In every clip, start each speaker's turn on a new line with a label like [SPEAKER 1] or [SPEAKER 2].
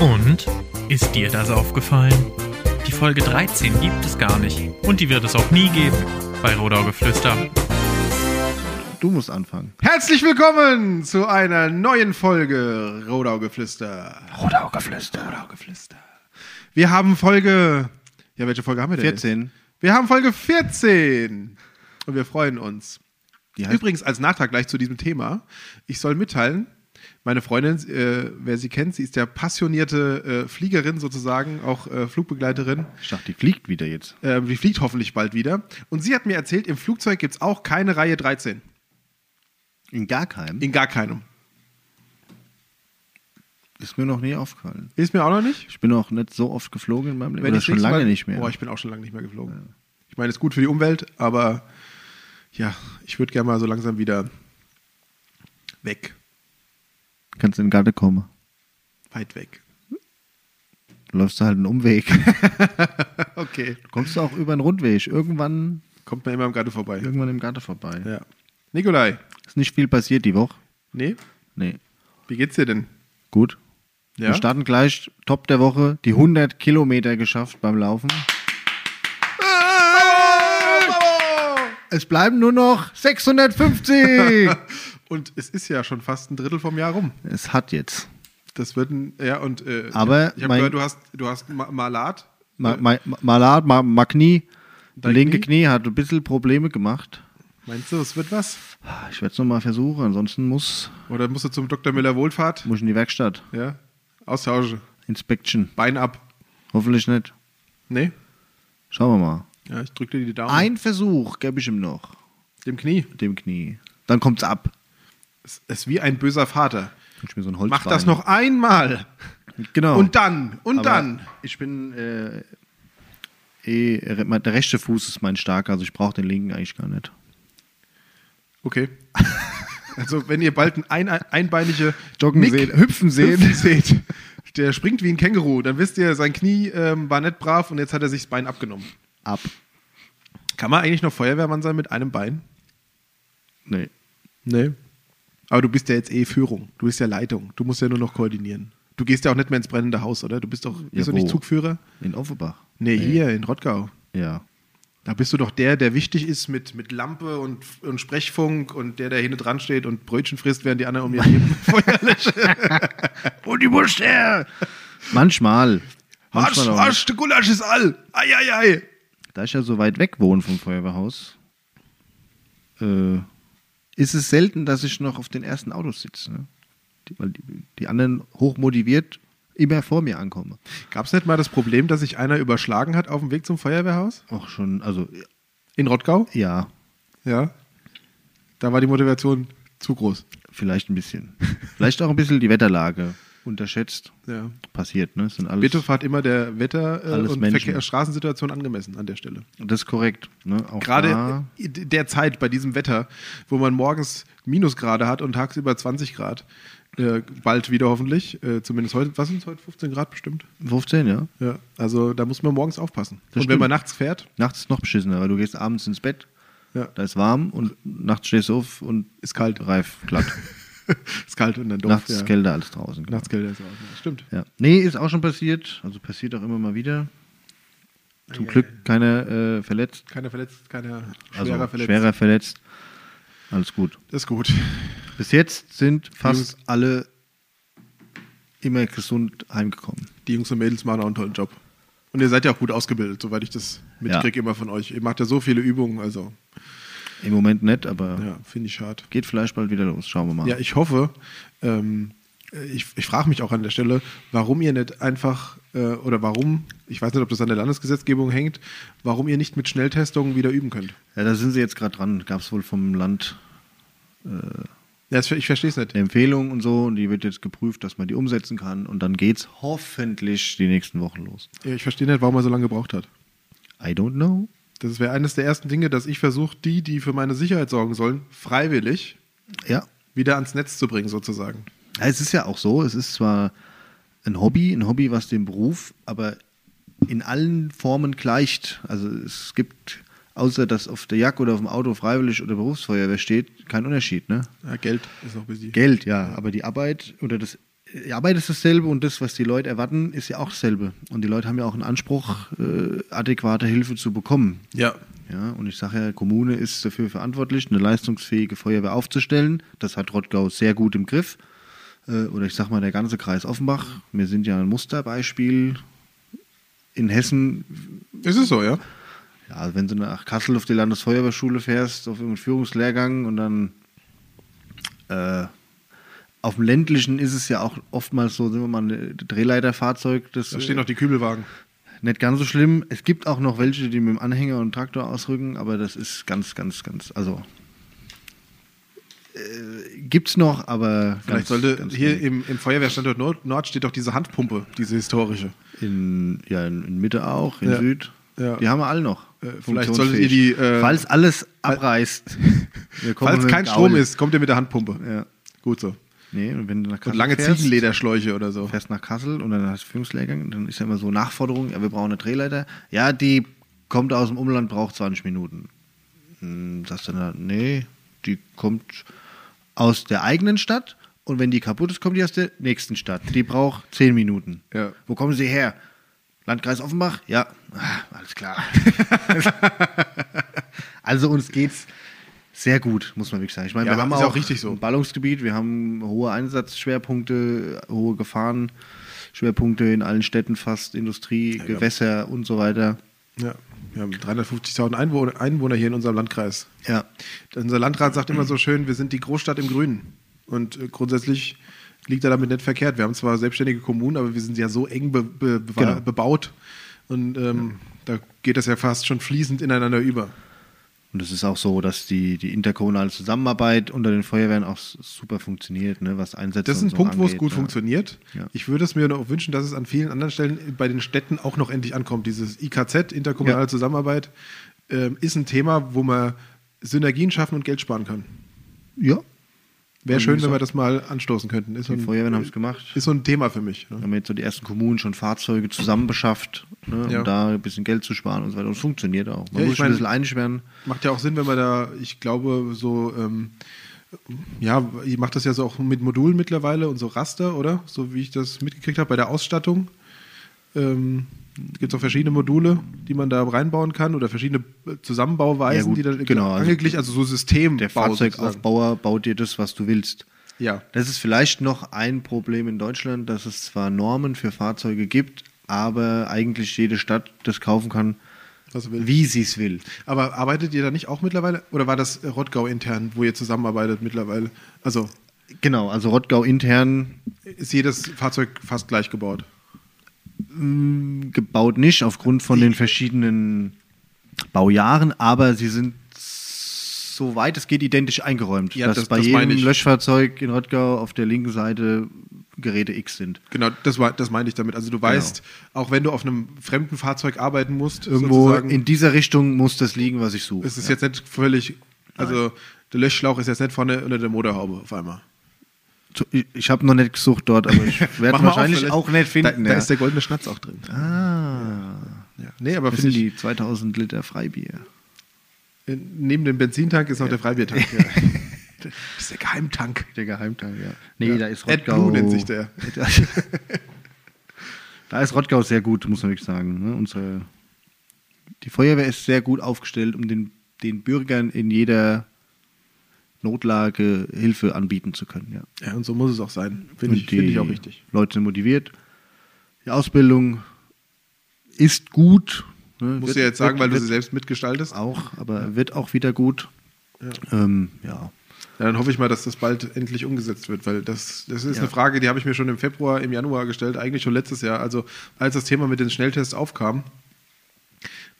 [SPEAKER 1] Und ist dir das aufgefallen? Die Folge 13 gibt es gar nicht und die wird es auch nie geben bei Rodau Geflüster.
[SPEAKER 2] Du musst anfangen. Herzlich willkommen zu einer neuen Folge Rodau Geflüster.
[SPEAKER 3] Rodau Geflüster.
[SPEAKER 2] Rodau Geflüster. Wir haben Folge. Ja, welche Folge haben wir denn?
[SPEAKER 3] 14.
[SPEAKER 2] Wir haben Folge 14 und wir freuen uns.
[SPEAKER 3] Die heißt-
[SPEAKER 2] Übrigens als Nachtrag gleich zu diesem Thema. Ich soll mitteilen, meine Freundin, äh, wer sie kennt, sie ist ja passionierte äh, Fliegerin sozusagen, auch äh, Flugbegleiterin.
[SPEAKER 3] Ich dachte, die fliegt wieder jetzt.
[SPEAKER 2] Ähm, die fliegt hoffentlich bald wieder. Und sie hat mir erzählt, im Flugzeug gibt es auch keine Reihe 13.
[SPEAKER 3] In gar keinem.
[SPEAKER 2] In gar keinem.
[SPEAKER 3] Ist mir noch nie aufgefallen.
[SPEAKER 2] Ist mir auch noch nicht.
[SPEAKER 3] Ich bin auch nicht so oft geflogen in meinem Leben. Oder
[SPEAKER 2] ich
[SPEAKER 3] schon
[SPEAKER 2] nächstes
[SPEAKER 3] lange
[SPEAKER 2] Mal-
[SPEAKER 3] nicht mehr.
[SPEAKER 2] Boah, ich bin auch schon lange nicht mehr geflogen. Ich meine, ist gut für die Umwelt, aber ja, ich würde gerne mal so langsam wieder weg.
[SPEAKER 3] Kannst in den Garten kommen.
[SPEAKER 2] Weit weg.
[SPEAKER 3] Läufst du halt einen Umweg.
[SPEAKER 2] Okay.
[SPEAKER 3] Kommst du auch über einen Rundweg. Irgendwann,
[SPEAKER 2] Kommt man immer am Garten vorbei.
[SPEAKER 3] irgendwann im Garten vorbei.
[SPEAKER 2] Ja. Nikolai.
[SPEAKER 3] Ist nicht viel passiert die Woche.
[SPEAKER 2] Nee?
[SPEAKER 3] Nee.
[SPEAKER 2] Wie geht's dir denn?
[SPEAKER 3] Gut.
[SPEAKER 2] Ja?
[SPEAKER 3] Wir starten gleich Top der Woche. Die 100 Kilometer geschafft beim Laufen.
[SPEAKER 2] Ah!
[SPEAKER 3] Es bleiben nur noch 650.
[SPEAKER 2] Und es ist ja schon fast ein Drittel vom Jahr rum.
[SPEAKER 3] es hat jetzt.
[SPEAKER 2] Das wird ein, ja, und äh,
[SPEAKER 3] Aber
[SPEAKER 2] ich habe
[SPEAKER 3] mein-
[SPEAKER 2] gehört, du hast, du hast Ma- Malat.
[SPEAKER 3] Ma- ma- ma- Malat, ma, ma Knie.
[SPEAKER 2] Dein
[SPEAKER 3] linke
[SPEAKER 2] Knie?
[SPEAKER 3] Knie? hat ein bisschen Probleme gemacht. Ah,
[SPEAKER 2] Meinst du, es wird was?
[SPEAKER 3] Ich werde es nochmal versuchen, ansonsten muss,
[SPEAKER 2] Oder musst du zum Dr. Müller Wohlfahrt?
[SPEAKER 3] muss ich in die Werkstatt.
[SPEAKER 2] Ja. Austausche.
[SPEAKER 3] Inspection.
[SPEAKER 2] Bein ab.
[SPEAKER 3] Hoffentlich nicht.
[SPEAKER 2] Nee?
[SPEAKER 3] Schauen wir mal.
[SPEAKER 2] Ja, ich drücke dir die Daumen.
[SPEAKER 3] Ein Versuch gebe ich ihm noch.
[SPEAKER 2] Dem Knie.
[SPEAKER 3] Mit dem Knie. Dann kommt's ab.
[SPEAKER 2] Es ist wie ein böser Vater.
[SPEAKER 3] Kann ich mir so ein Holz
[SPEAKER 2] Mach das noch einmal.
[SPEAKER 3] Genau.
[SPEAKER 2] Und dann. Und
[SPEAKER 3] Aber
[SPEAKER 2] dann.
[SPEAKER 3] Ich bin äh, eh, re- mein- der rechte Fuß ist mein starker, also ich brauche den linken eigentlich gar nicht.
[SPEAKER 2] Okay. Also, wenn ihr bald einen ein, einbeinige
[SPEAKER 3] Joggen
[SPEAKER 2] Nick
[SPEAKER 3] sehen, hüpfen sehen.
[SPEAKER 2] hüpfen seht, der springt wie ein Känguru, dann wisst ihr, sein Knie ähm, war nicht brav und jetzt hat er sich das Bein abgenommen.
[SPEAKER 3] Ab.
[SPEAKER 2] Kann man eigentlich noch Feuerwehrmann sein mit einem Bein?
[SPEAKER 3] Nee.
[SPEAKER 2] Nee. Aber du bist ja jetzt eh Führung. Du bist ja Leitung. Du musst ja nur noch koordinieren. Du gehst ja auch nicht mehr ins brennende Haus, oder? Du bist doch bist du
[SPEAKER 3] wo?
[SPEAKER 2] nicht Zugführer?
[SPEAKER 3] In Offenbach.
[SPEAKER 2] Nee, hier in Rottgau.
[SPEAKER 3] Ja.
[SPEAKER 2] Da bist du doch der, der wichtig ist mit, mit Lampe und, und Sprechfunk und der, der hinten dran steht und Brötchen frisst, während die anderen um ihr Leben Feuer löschen.
[SPEAKER 3] Und die Wurst her! Manchmal.
[SPEAKER 2] Arsch,
[SPEAKER 3] Manchmal auch
[SPEAKER 2] Arsch, der Gulasch ist all. Ei, ei, ei.
[SPEAKER 3] nicht. Da ich ja so weit weg wohne vom Feuerwehrhaus, äh, ist es selten, dass ich noch auf den ersten Autos sitze. Ne? Die, weil die, die anderen hochmotiviert immer vor mir ankommen.
[SPEAKER 2] Gab es nicht mal das Problem, dass sich einer überschlagen hat auf dem Weg zum Feuerwehrhaus?
[SPEAKER 3] Auch schon, also
[SPEAKER 2] In Rottgau?
[SPEAKER 3] ja,
[SPEAKER 2] Ja. Da war die Motivation zu groß.
[SPEAKER 3] vielleicht ein bisschen. vielleicht auch ein bisschen die Wetterlage unterschätzt.
[SPEAKER 2] Ja.
[SPEAKER 3] Passiert, ne? Das Sind alles,
[SPEAKER 2] Bitte fahrt immer der Wetter- äh,
[SPEAKER 3] Alles
[SPEAKER 2] und
[SPEAKER 3] Menschen.
[SPEAKER 2] Verkehr- Straßensituation angemessen an der Stelle.
[SPEAKER 3] Das ist korrekt. Ne? Auch
[SPEAKER 2] Gerade
[SPEAKER 3] da,
[SPEAKER 2] derzeit bei diesem Wetter, wo man morgens Minusgrade hat und tagsüber 20 Grad, äh, bald wieder hoffentlich, äh, zumindest heute, was sind heute, 15 Grad bestimmt.
[SPEAKER 3] 15, ja.
[SPEAKER 2] Ja, also da muss man morgens aufpassen. und
[SPEAKER 3] Das
[SPEAKER 2] wenn
[SPEAKER 3] stimmt.
[SPEAKER 2] man nachts fährt,
[SPEAKER 3] Nachts ist noch beschissener, weil du gehst abends ins Bett,
[SPEAKER 2] Ja.
[SPEAKER 3] da ist warm und nachts stehst du auf und
[SPEAKER 2] Ist kalt.
[SPEAKER 3] reif, glatt.
[SPEAKER 2] ist kalt und dann doof.
[SPEAKER 3] nachts
[SPEAKER 2] ja.
[SPEAKER 3] ist kälter als draußen. genau.
[SPEAKER 2] Nachts kälter ist auch. Ja, stimmt.
[SPEAKER 3] Ja. Nee, ist auch schon passiert, also passiert auch immer mal wieder. Zum Glück keiner äh, verletzt,
[SPEAKER 2] Keiner verletzt, keiner schwerer
[SPEAKER 3] also schwerer
[SPEAKER 2] verletzt.
[SPEAKER 3] verletzt. Alles gut.
[SPEAKER 2] Das ist gut.
[SPEAKER 3] Bis jetzt sind fast
[SPEAKER 2] Jungs-
[SPEAKER 3] alle immer gesund heimgekommen.
[SPEAKER 2] Die Jungs und Mädels machen auch einen tollen Job. Und ihr seid ja auch gut ausgebildet, soweit ich das mitkriege immer von euch. Ihr macht ja so viele Übungen, also
[SPEAKER 3] Im Moment nicht, aber
[SPEAKER 2] ja, finde ich schade.
[SPEAKER 3] geht vielleicht bald wieder los. Schauen wir mal.
[SPEAKER 2] Ja, ich hoffe. Ähm, ich ich frage mich auch an der Stelle, warum ihr nicht einfach äh, oder warum, ich weiß nicht, ob das an der Landesgesetzgebung hängt, warum ihr nicht mit Schnelltestungen wieder üben könnt.
[SPEAKER 3] ja, da sind sie jetzt gerade dran. Gab es wohl vom Land
[SPEAKER 2] Ja, das, ich verstehe es nicht.
[SPEAKER 3] eine Empfehlung und so und die wird jetzt geprüft, dass man die umsetzen kann und dann geht's hoffentlich die nächsten Wochen los.
[SPEAKER 2] Ich verstehe nicht, warum er so lange gebraucht hat.
[SPEAKER 3] I don't know.
[SPEAKER 2] Das wäre eines der ersten Dinge, dass ich versuche, die, die für meine Sicherheit sorgen sollen, freiwillig
[SPEAKER 3] Ja.
[SPEAKER 2] wieder ans Netz zu bringen, sozusagen.
[SPEAKER 3] ja. Es ist ja auch so, es ist zwar ein Hobby, ein Hobby, was dem Beruf, aber in allen Formen gleicht. Also es gibt, außer dass auf der Jacke oder auf dem Auto freiwillig oder Berufsfeuerwehr steht, kein Unterschied, ne?
[SPEAKER 2] Ja, Geld ist noch busy.
[SPEAKER 3] Geld, ja, aber die Arbeit oder das die Arbeit ist dasselbe und das, was die Leute erwarten, ist ja auch dasselbe. Und die Leute haben ja auch einen Anspruch, äh, adäquate Hilfe zu bekommen.
[SPEAKER 2] Ja.
[SPEAKER 3] Ja, und ich sage ja, Kommune ist dafür verantwortlich, eine leistungsfähige Feuerwehr aufzustellen. Das hat Rottgau sehr gut im Griff. Äh, Oder ich sage mal, der ganze Kreis Offenbach. Wir sind ja ein Musterbeispiel. In Hessen,
[SPEAKER 2] Ist es so, ja?
[SPEAKER 3] ja, wenn du nach Kassel auf die Landesfeuerwehrschule fährst, auf irgendeinen Führungslehrgang und dann äh, auf dem ländlichen ist es ja auch oftmals so, sind wir mal ein Drehleiterfahrzeug, das
[SPEAKER 2] Da stehen noch die Kübelwagen.
[SPEAKER 3] nicht ganz so schlimm. Es gibt auch noch welche, die mit dem Anhänger und Traktor ausrücken, aber das ist ganz, ganz, ganz, also äh, gibt's noch, aber ganz,
[SPEAKER 2] Vielleicht sollte
[SPEAKER 3] ganz genau.
[SPEAKER 2] hier
[SPEAKER 3] wenig.
[SPEAKER 2] im, im Feuerwehrstandort Nord, Nord steht doch diese Handpumpe, diese historische.
[SPEAKER 3] in, ja, in, in Mitte auch, in
[SPEAKER 2] Ja.
[SPEAKER 3] Süd.
[SPEAKER 2] Ja. Äh,
[SPEAKER 3] Die haben wir alle noch.
[SPEAKER 2] vielleicht
[SPEAKER 3] funktionsfähig.
[SPEAKER 2] solltet ihr die, äh,
[SPEAKER 3] falls alles abreißt. wir kommen
[SPEAKER 2] Falls
[SPEAKER 3] mit dem
[SPEAKER 2] kein Strom
[SPEAKER 3] Gaul.
[SPEAKER 2] ist, kommt ihr mit der Handpumpe.
[SPEAKER 3] Ja.
[SPEAKER 2] Gut so.
[SPEAKER 3] Nee, und wenn du nach Kassel
[SPEAKER 2] Und lange
[SPEAKER 3] fährst,
[SPEAKER 2] Ziegenlederschläuche oder so.
[SPEAKER 3] fährst nach Kassel und dann hast du Führungslehrgang, dann ist ja immer so Nachforderung, ja, wir brauchen eine Drehleiter. Ja, die kommt aus dem Umland, braucht 20 Minuten. Hm, Sagst du dann, nee, die kommt aus der eigenen Stadt und wenn die kaputt ist, kommt die aus der nächsten Stadt. Die braucht 10 Minuten.
[SPEAKER 2] Ja.
[SPEAKER 3] Wo kommen sie her? Landkreis Offenbach? Ja, ah, alles klar. also uns geht's sehr gut, muss man wirklich sagen. Ich meine,
[SPEAKER 2] Ja,
[SPEAKER 3] wir
[SPEAKER 2] aber
[SPEAKER 3] haben
[SPEAKER 2] ist
[SPEAKER 3] auch,
[SPEAKER 2] auch richtig so.
[SPEAKER 3] ein Ballungsgebiet, wir haben hohe Einsatzschwerpunkte, hohe Gefahrenschwerpunkte in allen Städten fast, Industrie, Gewässer und so weiter.
[SPEAKER 2] Ja. Wir haben 350.000 Einwohner, Einwohner hier in unserem Landkreis.
[SPEAKER 3] Ja.
[SPEAKER 2] Unser Landrat sagt immer so schön, wir sind die Großstadt im Grünen. Und äh, grundsätzlich liegt er damit nicht verkehrt. Wir haben zwar selbstständige Kommunen, aber wir sind ja so eng be be be
[SPEAKER 3] Genau.
[SPEAKER 2] bebaut. Und ähm, da geht das ja fast schon fließend ineinander über.
[SPEAKER 3] Und es ist auch so, dass die, die interkommunale Zusammenarbeit unter den Feuerwehren auch s- super funktioniert, ne, was Einsätze
[SPEAKER 2] Das ist ein
[SPEAKER 3] und so
[SPEAKER 2] Punkt, wo es
[SPEAKER 3] angeht,
[SPEAKER 2] gut
[SPEAKER 3] ne.
[SPEAKER 2] funktioniert.
[SPEAKER 3] Ja.
[SPEAKER 2] Ich würde es mir noch wünschen, dass es an vielen anderen Stellen bei den Städten auch noch endlich ankommt. Dieses IKZ, interkommunale
[SPEAKER 3] Ja.
[SPEAKER 2] Zusammenarbeit, ähm, ist ein Thema, wo man Synergien schaffen und Geld sparen kann.
[SPEAKER 3] Ja,
[SPEAKER 2] Wäre schön,
[SPEAKER 3] wie
[SPEAKER 2] wenn wir
[SPEAKER 3] gesagt,
[SPEAKER 2] das mal anstoßen könnten. Ist so
[SPEAKER 3] die
[SPEAKER 2] ein,
[SPEAKER 3] Feuerwehren haben es gemacht.
[SPEAKER 2] ist so ein Thema für mich. Ne?
[SPEAKER 3] haben jetzt so die ersten Kommunen schon Fahrzeuge zusammen beschafft, ne,
[SPEAKER 2] Ja.
[SPEAKER 3] um da ein bisschen Geld zu sparen und so weiter. Und es funktioniert auch. Man
[SPEAKER 2] Ja, ich
[SPEAKER 3] muss sich ein
[SPEAKER 2] meine-
[SPEAKER 3] bisschen einsperren.
[SPEAKER 2] Macht ja auch Sinn, wenn man da, ich glaube, so, ähm, ja, ihr macht das ja so auch mit Modulen mittlerweile und so Raster, oder? So wie ich das mitgekriegt habe bei der Ausstattung. Ähm, Gibt es auch verschiedene Module, die man da reinbauen kann oder verschiedene äh, Zusammenbauweisen,
[SPEAKER 3] Ja, gut,
[SPEAKER 2] die da
[SPEAKER 3] genau, also
[SPEAKER 2] angeglichen, also so System.
[SPEAKER 3] Der Fahrzeugaufbauer baut dir das, was du willst.
[SPEAKER 2] Ja.
[SPEAKER 3] Das ist vielleicht noch ein Problem in Deutschland, dass es zwar Normen für Fahrzeuge gibt, aber eigentlich jede Stadt das kaufen kann,
[SPEAKER 2] Was sie will.
[SPEAKER 3] wie sie es will.
[SPEAKER 2] Aber arbeitet ihr da nicht auch mittlerweile? Oder war das äh, Rottgau intern, wo ihr zusammenarbeitet mittlerweile? Also
[SPEAKER 3] Genau, also Rottgau intern
[SPEAKER 2] ist jedes Fahrzeug fast gleich gebaut.
[SPEAKER 3] gebaut nicht aufgrund von den verschiedenen Baujahren, aber sie sind soweit es geht identisch eingeräumt,
[SPEAKER 2] Ja,
[SPEAKER 3] dass
[SPEAKER 2] das-
[SPEAKER 3] bei
[SPEAKER 2] das meine
[SPEAKER 3] jedem
[SPEAKER 2] ich.
[SPEAKER 3] Löschfahrzeug in Rottgau auf der linken Seite Geräte X sind.
[SPEAKER 2] Genau, das, war, das meinte ich damit. Also du weißt, auch wenn du auf einem fremden Fahrzeug arbeiten musst,
[SPEAKER 3] Irgendwo
[SPEAKER 2] sozusagen,
[SPEAKER 3] in dieser Richtung muss das liegen, was ich suche.
[SPEAKER 2] ist es jetzt nicht völlig, also der Löschschlauch ist jetzt nicht vorne unter der Motorhaube auf einmal.
[SPEAKER 3] So, Ich, ich habe noch nicht gesucht dort, aber ich
[SPEAKER 2] Mach
[SPEAKER 3] werde
[SPEAKER 2] mal auf,
[SPEAKER 3] wahrscheinlich
[SPEAKER 2] vielleicht-
[SPEAKER 3] auch nicht finden.
[SPEAKER 2] Da, da
[SPEAKER 3] ja.
[SPEAKER 2] ist der goldene Schnatz auch drin.
[SPEAKER 3] ah,
[SPEAKER 2] Ja. Nee, aber
[SPEAKER 3] das
[SPEAKER 2] finde
[SPEAKER 3] sind
[SPEAKER 2] ich,
[SPEAKER 3] die 2000 Liter Freibier.
[SPEAKER 2] äh, neben dem Benzintank ist noch der Freibiertank. Ja. das ist der Geheimtank.
[SPEAKER 3] Der Geheimteil, ja. Nee,
[SPEAKER 2] Ja.
[SPEAKER 3] da ist
[SPEAKER 2] Ed
[SPEAKER 3] Rottgau.
[SPEAKER 2] Blue nennt sich der.
[SPEAKER 3] da ist Rottgau sehr gut, muss man wirklich sagen. Ne? Unsere, die Feuerwehr ist sehr gut aufgestellt, um den, den Bürgern in jeder Notlage Hilfe anbieten zu können. Ja.
[SPEAKER 2] Ja, und so muss es auch sein. Finde
[SPEAKER 3] Und
[SPEAKER 2] ich, finde ich
[SPEAKER 3] die
[SPEAKER 2] auch richtig.
[SPEAKER 3] Leute sind motiviert. Die Ausbildung ist gut. Ne?
[SPEAKER 2] Musst
[SPEAKER 3] Wird-
[SPEAKER 2] du ja jetzt sagen,
[SPEAKER 3] wird-
[SPEAKER 2] weil du
[SPEAKER 3] wird
[SPEAKER 2] sie selbst mitgestaltest.
[SPEAKER 3] auch, aber wird auch wieder gut. Ähm, ja.
[SPEAKER 2] Ja, dann hoffe ich mal, dass das bald endlich umgesetzt wird, weil das, das ist
[SPEAKER 3] Ja.
[SPEAKER 2] eine Frage, die habe ich mir schon im Februar, im Januar gestellt, eigentlich schon letztes Jahr. Also als das Thema mit den Schnelltests aufkam,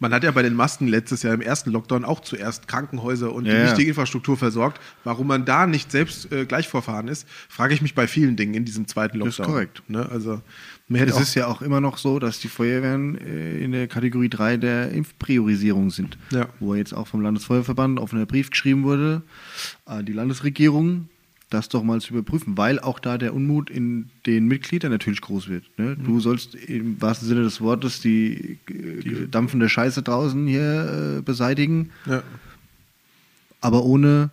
[SPEAKER 2] man hat ja bei den Masken letztes Jahr im ersten Lockdown auch zuerst Krankenhäuser und
[SPEAKER 3] Ja,
[SPEAKER 2] die
[SPEAKER 3] ja.
[SPEAKER 2] wichtige Infrastruktur versorgt. Warum man da nicht selbst äh, gleich vorfahren ist, frage ich mich bei vielen Dingen in diesem zweiten Lockdown.
[SPEAKER 3] Das ist korrekt.
[SPEAKER 2] Ne? Also man hätte
[SPEAKER 3] Es
[SPEAKER 2] auch,
[SPEAKER 3] ist ja auch immer noch so, dass die Feuerwehren äh, in der Kategorie 3 der Impfpriorisierung sind.
[SPEAKER 2] Ja.
[SPEAKER 3] Wo jetzt auch vom Landesfeuerverband offener Brief geschrieben wurde, an die Landesregierung, das doch mal zu überprüfen, weil auch da der Unmut in den Mitgliedern natürlich groß wird. Ne?
[SPEAKER 2] Mhm.
[SPEAKER 3] Du sollst im wahrsten Sinne des Wortes die, äh, dampfende Scheiße draußen hier äh, beseitigen.
[SPEAKER 2] ja,
[SPEAKER 3] aber ohne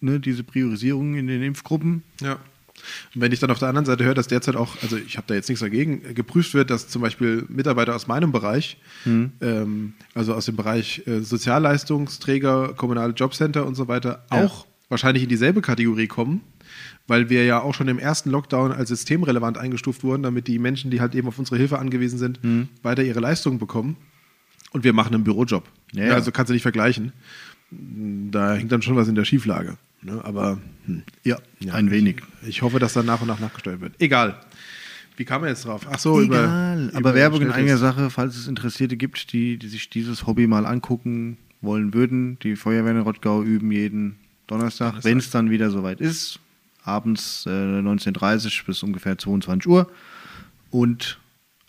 [SPEAKER 3] ne, diese Priorisierung in den Impfgruppen
[SPEAKER 2] ja. Und wenn ich dann auf der anderen Seite höre, dass derzeit auch, also ich habe da jetzt nichts dagegen, äh, geprüft wird, dass zum Beispiel Mitarbeiter aus meinem Bereich,
[SPEAKER 3] Hm.
[SPEAKER 2] ähm, also aus dem Bereich äh, Sozialleistungsträger, kommunale Jobcenter und so weiter,
[SPEAKER 3] Ja.
[SPEAKER 2] auch wahrscheinlich in dieselbe Kategorie kommen, weil wir ja auch schon im ersten Lockdown als systemrelevant eingestuft wurden, damit die Menschen, die halt eben auf unsere Hilfe angewiesen sind,
[SPEAKER 3] Hm.
[SPEAKER 2] weiter ihre Leistungen bekommen. Und wir machen einen Bürojob.
[SPEAKER 3] Ja, ja.
[SPEAKER 2] Also kannst du nicht vergleichen. Da hängt dann schon was in der Schieflage. Ne? Aber hm, ja, ja.
[SPEAKER 3] Ein wenig.
[SPEAKER 2] Ich hoffe, dass dann nach und nach nachgestellt wird. Egal. Wie kam er jetzt drauf? Ach so,
[SPEAKER 3] Egal.
[SPEAKER 2] über.
[SPEAKER 3] Aber
[SPEAKER 2] über
[SPEAKER 3] Werbung in einer
[SPEAKER 2] Schnelltests.
[SPEAKER 3] Sache, falls es Interessierte gibt, die, die sich dieses Hobby mal angucken wollen würden. Die Feuerwehren in Rottgau üben jeden Donnerstag, wenn es dann wieder soweit ist. Abends äh, 19.30 bis ungefähr 22 Uhr. Und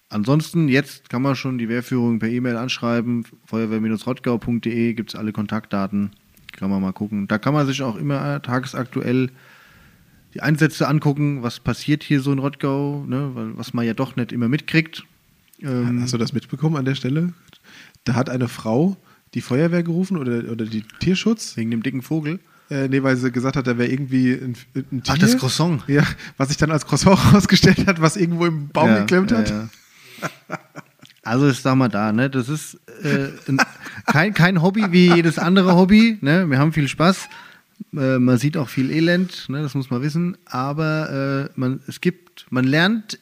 [SPEAKER 3] ansonsten, jetzt kann man schon die Wehrführung per E-Mail anschreiben. Feuerwehr-rottgau.de gibt es alle Kontaktdaten. Kann man mal gucken. Da kann man sich auch immer äh, tagesaktuell die Einsätze angucken, was passiert hier so in Rottgau, ne, weil- was man ja doch nicht immer mitkriegt. Ähm,
[SPEAKER 2] Hast du das mitbekommen an der Stelle? Da hat eine Frau die Feuerwehr gerufen oder, oder die Tierschutz.
[SPEAKER 3] wegen dem dicken Vogel.
[SPEAKER 2] Äh, nee, weil sie gesagt hat, da wäre irgendwie ein, ein Tier.
[SPEAKER 3] Ach, das Croissant.
[SPEAKER 2] Ja, was sich dann als Croissant rausgestellt hat, was irgendwo im Baum
[SPEAKER 3] Ja,
[SPEAKER 2] geklemmt
[SPEAKER 3] ja,
[SPEAKER 2] hat.
[SPEAKER 3] ja. Also ist da mal da, ne? Das ist äh, ein, kein, kein Hobby wie jedes andere Hobby. Ne? Wir haben viel Spaß. Äh, man sieht auch viel Elend, ne? das muss man wissen. Aber äh, man, es gibt, man lernt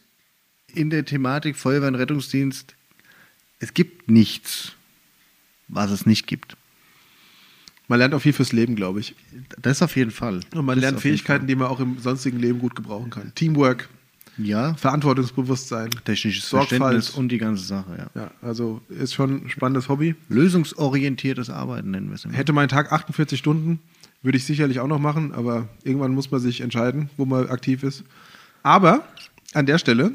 [SPEAKER 3] in der Thematik Feuerwehr und Rettungsdienst, es gibt nichts, was es nicht gibt.
[SPEAKER 2] Man lernt auch viel fürs Leben, glaube ich.
[SPEAKER 3] Das auf jeden Fall.
[SPEAKER 2] Und man
[SPEAKER 3] Das
[SPEAKER 2] lernt
[SPEAKER 3] auf jeden
[SPEAKER 2] Fähigkeiten, die man auch im sonstigen Leben gut gebrauchen kann. Teamwork,
[SPEAKER 3] Fall. Ja,
[SPEAKER 2] Verantwortungsbewusstsein,
[SPEAKER 3] technisches
[SPEAKER 2] Sorgfalt.
[SPEAKER 3] Verständnis und die ganze Sache, ja.
[SPEAKER 2] ja, also ist schon ein spannendes Hobby.
[SPEAKER 3] Lösungsorientiertes Arbeiten nennen wir es. immer.
[SPEAKER 2] Hätte mein Tag 48 Stunden, würde ich sicherlich auch noch machen, aber irgendwann muss man sich entscheiden, wo man aktiv ist. Aber an der Stelle,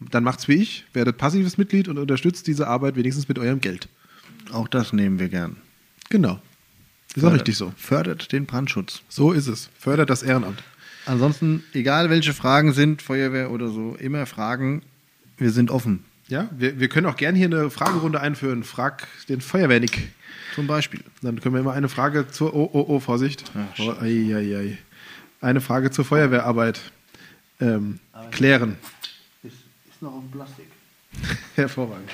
[SPEAKER 2] dann macht's wie ich, werdet passives Mitglied und unterstützt diese Arbeit wenigstens mit eurem Geld.
[SPEAKER 3] Auch das nehmen wir gern.
[SPEAKER 2] Genau. Ist auch richtig so.
[SPEAKER 3] Fördert den Brandschutz.
[SPEAKER 2] So ist es. Fördert das Ehrenamt.
[SPEAKER 3] Ansonsten, egal welche Fragen sind, Feuerwehr oder so, immer fragen. Wir sind offen.
[SPEAKER 2] Ja, wir, wir können auch gerne hier eine Fragerunde einführen. Frag den Feuerwehrnick.
[SPEAKER 3] Zum Beispiel.
[SPEAKER 2] Dann können wir immer eine Frage zur. Oh, oh, oh, Vorsicht. Oh, ei, ei, ei. Eine Frage zur Feuerwehrarbeit ähm, klären.
[SPEAKER 3] Ist noch auf dem Plastik.
[SPEAKER 2] Hervorragend.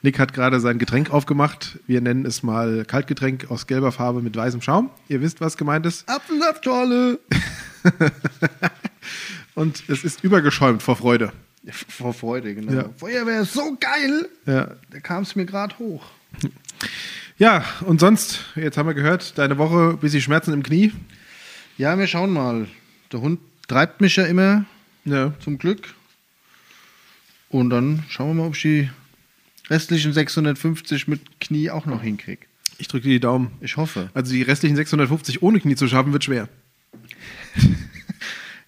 [SPEAKER 2] Nick hat gerade sein Getränk aufgemacht. Wir nennen es mal Kaltgetränk aus gelber Farbe mit weißem Schaum. Ihr wisst, was gemeint ist.
[SPEAKER 3] Apfelsaftschorle!
[SPEAKER 2] Und es ist übergeschäumt vor Freude.
[SPEAKER 3] Vor Freude, genau.
[SPEAKER 2] Ja.
[SPEAKER 3] Feuerwehr ist so geil!
[SPEAKER 2] Ja.
[SPEAKER 3] Da kam es mir gerade hoch.
[SPEAKER 2] ja, und sonst, jetzt haben wir gehört, deine Woche, bis sie Schmerzen im Knie.
[SPEAKER 3] Ja, wir schauen mal. Der Hund treibt mich ja immer.
[SPEAKER 2] Ja.
[SPEAKER 3] zum Glück. Und dann schauen wir mal, ob ich die restlichen 650 mit Knie auch noch hinkriege.
[SPEAKER 2] Ich drücke dir die Daumen.
[SPEAKER 3] Ich hoffe.
[SPEAKER 2] Also die restlichen 650 ohne Knie zu schaffen, wird schwer.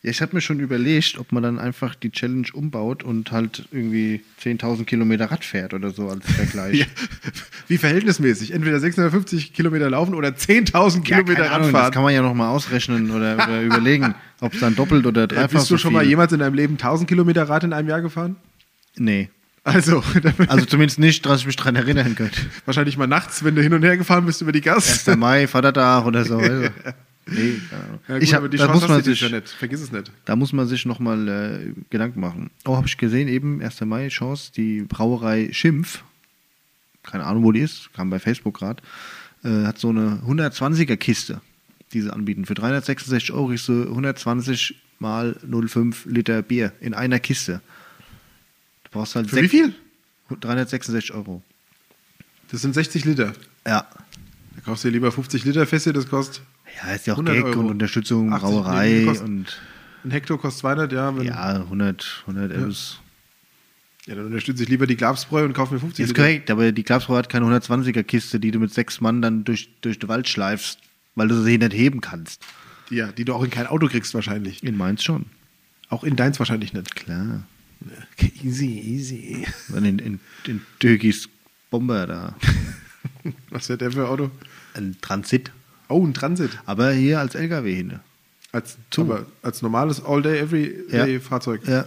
[SPEAKER 3] Ja, ich habe mir schon überlegt, ob man dann einfach die Challenge umbaut und halt irgendwie 10.000 Kilometer Rad fährt oder so als Vergleich.
[SPEAKER 2] Ja. Wie verhältnismäßig. Entweder 650 Kilometer laufen oder 10.000
[SPEAKER 3] Ja,
[SPEAKER 2] Kilometer
[SPEAKER 3] keine Ahnung, Das
[SPEAKER 2] Radfahren.
[SPEAKER 3] kann man ja nochmal ausrechnen oder, oder überlegen, ob es dann doppelt oder
[SPEAKER 2] Äh,
[SPEAKER 3] dreifach
[SPEAKER 2] Bist du
[SPEAKER 3] so
[SPEAKER 2] schon
[SPEAKER 3] viel.
[SPEAKER 2] mal jemals in deinem Leben 1.000 Kilometer Rad in einem Jahr gefahren?
[SPEAKER 3] Nee.
[SPEAKER 2] Also,
[SPEAKER 3] Also zumindest nicht, dass ich mich daran erinnern könnte.
[SPEAKER 2] wahrscheinlich mal nachts, wenn du hin und her gefahren bist über die Gas.
[SPEAKER 3] 1. Mai, Vatertag oder so. Also. Nee, keine Ahnung.
[SPEAKER 2] Ja,
[SPEAKER 3] ich hab,
[SPEAKER 2] aber die
[SPEAKER 3] da
[SPEAKER 2] Chance
[SPEAKER 3] muss man
[SPEAKER 2] hast du
[SPEAKER 3] sich
[SPEAKER 2] ja nicht. Vergiss es nicht.
[SPEAKER 3] Da muss man sich nochmal äh, Gedanken machen. Oh, habe ich gesehen, eben 1. Mai, Chance, die Brauerei Schimpf, keine Ahnung, wo die ist, kam bei Facebook gerade, äh, hat so eine 120er-Kiste, die sie anbieten. Für 366 Euro ist so 120 mal 0,5 Liter Bier in einer Kiste. Du brauchst halt
[SPEAKER 2] Für
[SPEAKER 3] sechs-
[SPEAKER 2] wie viel?
[SPEAKER 3] 366 Euro.
[SPEAKER 2] Das sind 60 Liter.
[SPEAKER 3] Ja.
[SPEAKER 2] Da kaufst du dir lieber 50 Liter Fässer, das kostet
[SPEAKER 3] Ja, ist ja auch
[SPEAKER 2] 100
[SPEAKER 3] Gag
[SPEAKER 2] Euro.
[SPEAKER 3] und Unterstützung,
[SPEAKER 2] 80
[SPEAKER 3] Brauerei
[SPEAKER 2] Leben kostet-
[SPEAKER 3] und
[SPEAKER 2] ein Hektar kostet 200, ja. Wenn, ja.
[SPEAKER 3] ja, 100, 100 Euros.
[SPEAKER 2] Dann unterstütze ich lieber die Glabsbräu und kaufe mir 50
[SPEAKER 3] Ist
[SPEAKER 2] Liter.
[SPEAKER 3] korrekt, aber die Klapsrohr hat keine 120er Kiste, die du mit sechs Mann dann durch, durch den Wald schleifst, weil du sie nicht heben kannst.
[SPEAKER 2] Ja, die du auch in kein Auto kriegst wahrscheinlich.
[SPEAKER 3] In Mainz schon.
[SPEAKER 2] Auch in deins wahrscheinlich nicht.
[SPEAKER 3] Klar.
[SPEAKER 2] Easy, easy.
[SPEAKER 3] Dann in, in, in Türkis Bomber da.
[SPEAKER 2] Was wird der für ein Auto?
[SPEAKER 3] Ein Transit.
[SPEAKER 2] Oh, ein Transit.
[SPEAKER 3] Aber hier als LKW hin.
[SPEAKER 2] Als, aber als normales All-Day-Every-Day-Fahrzeug.
[SPEAKER 3] Ja.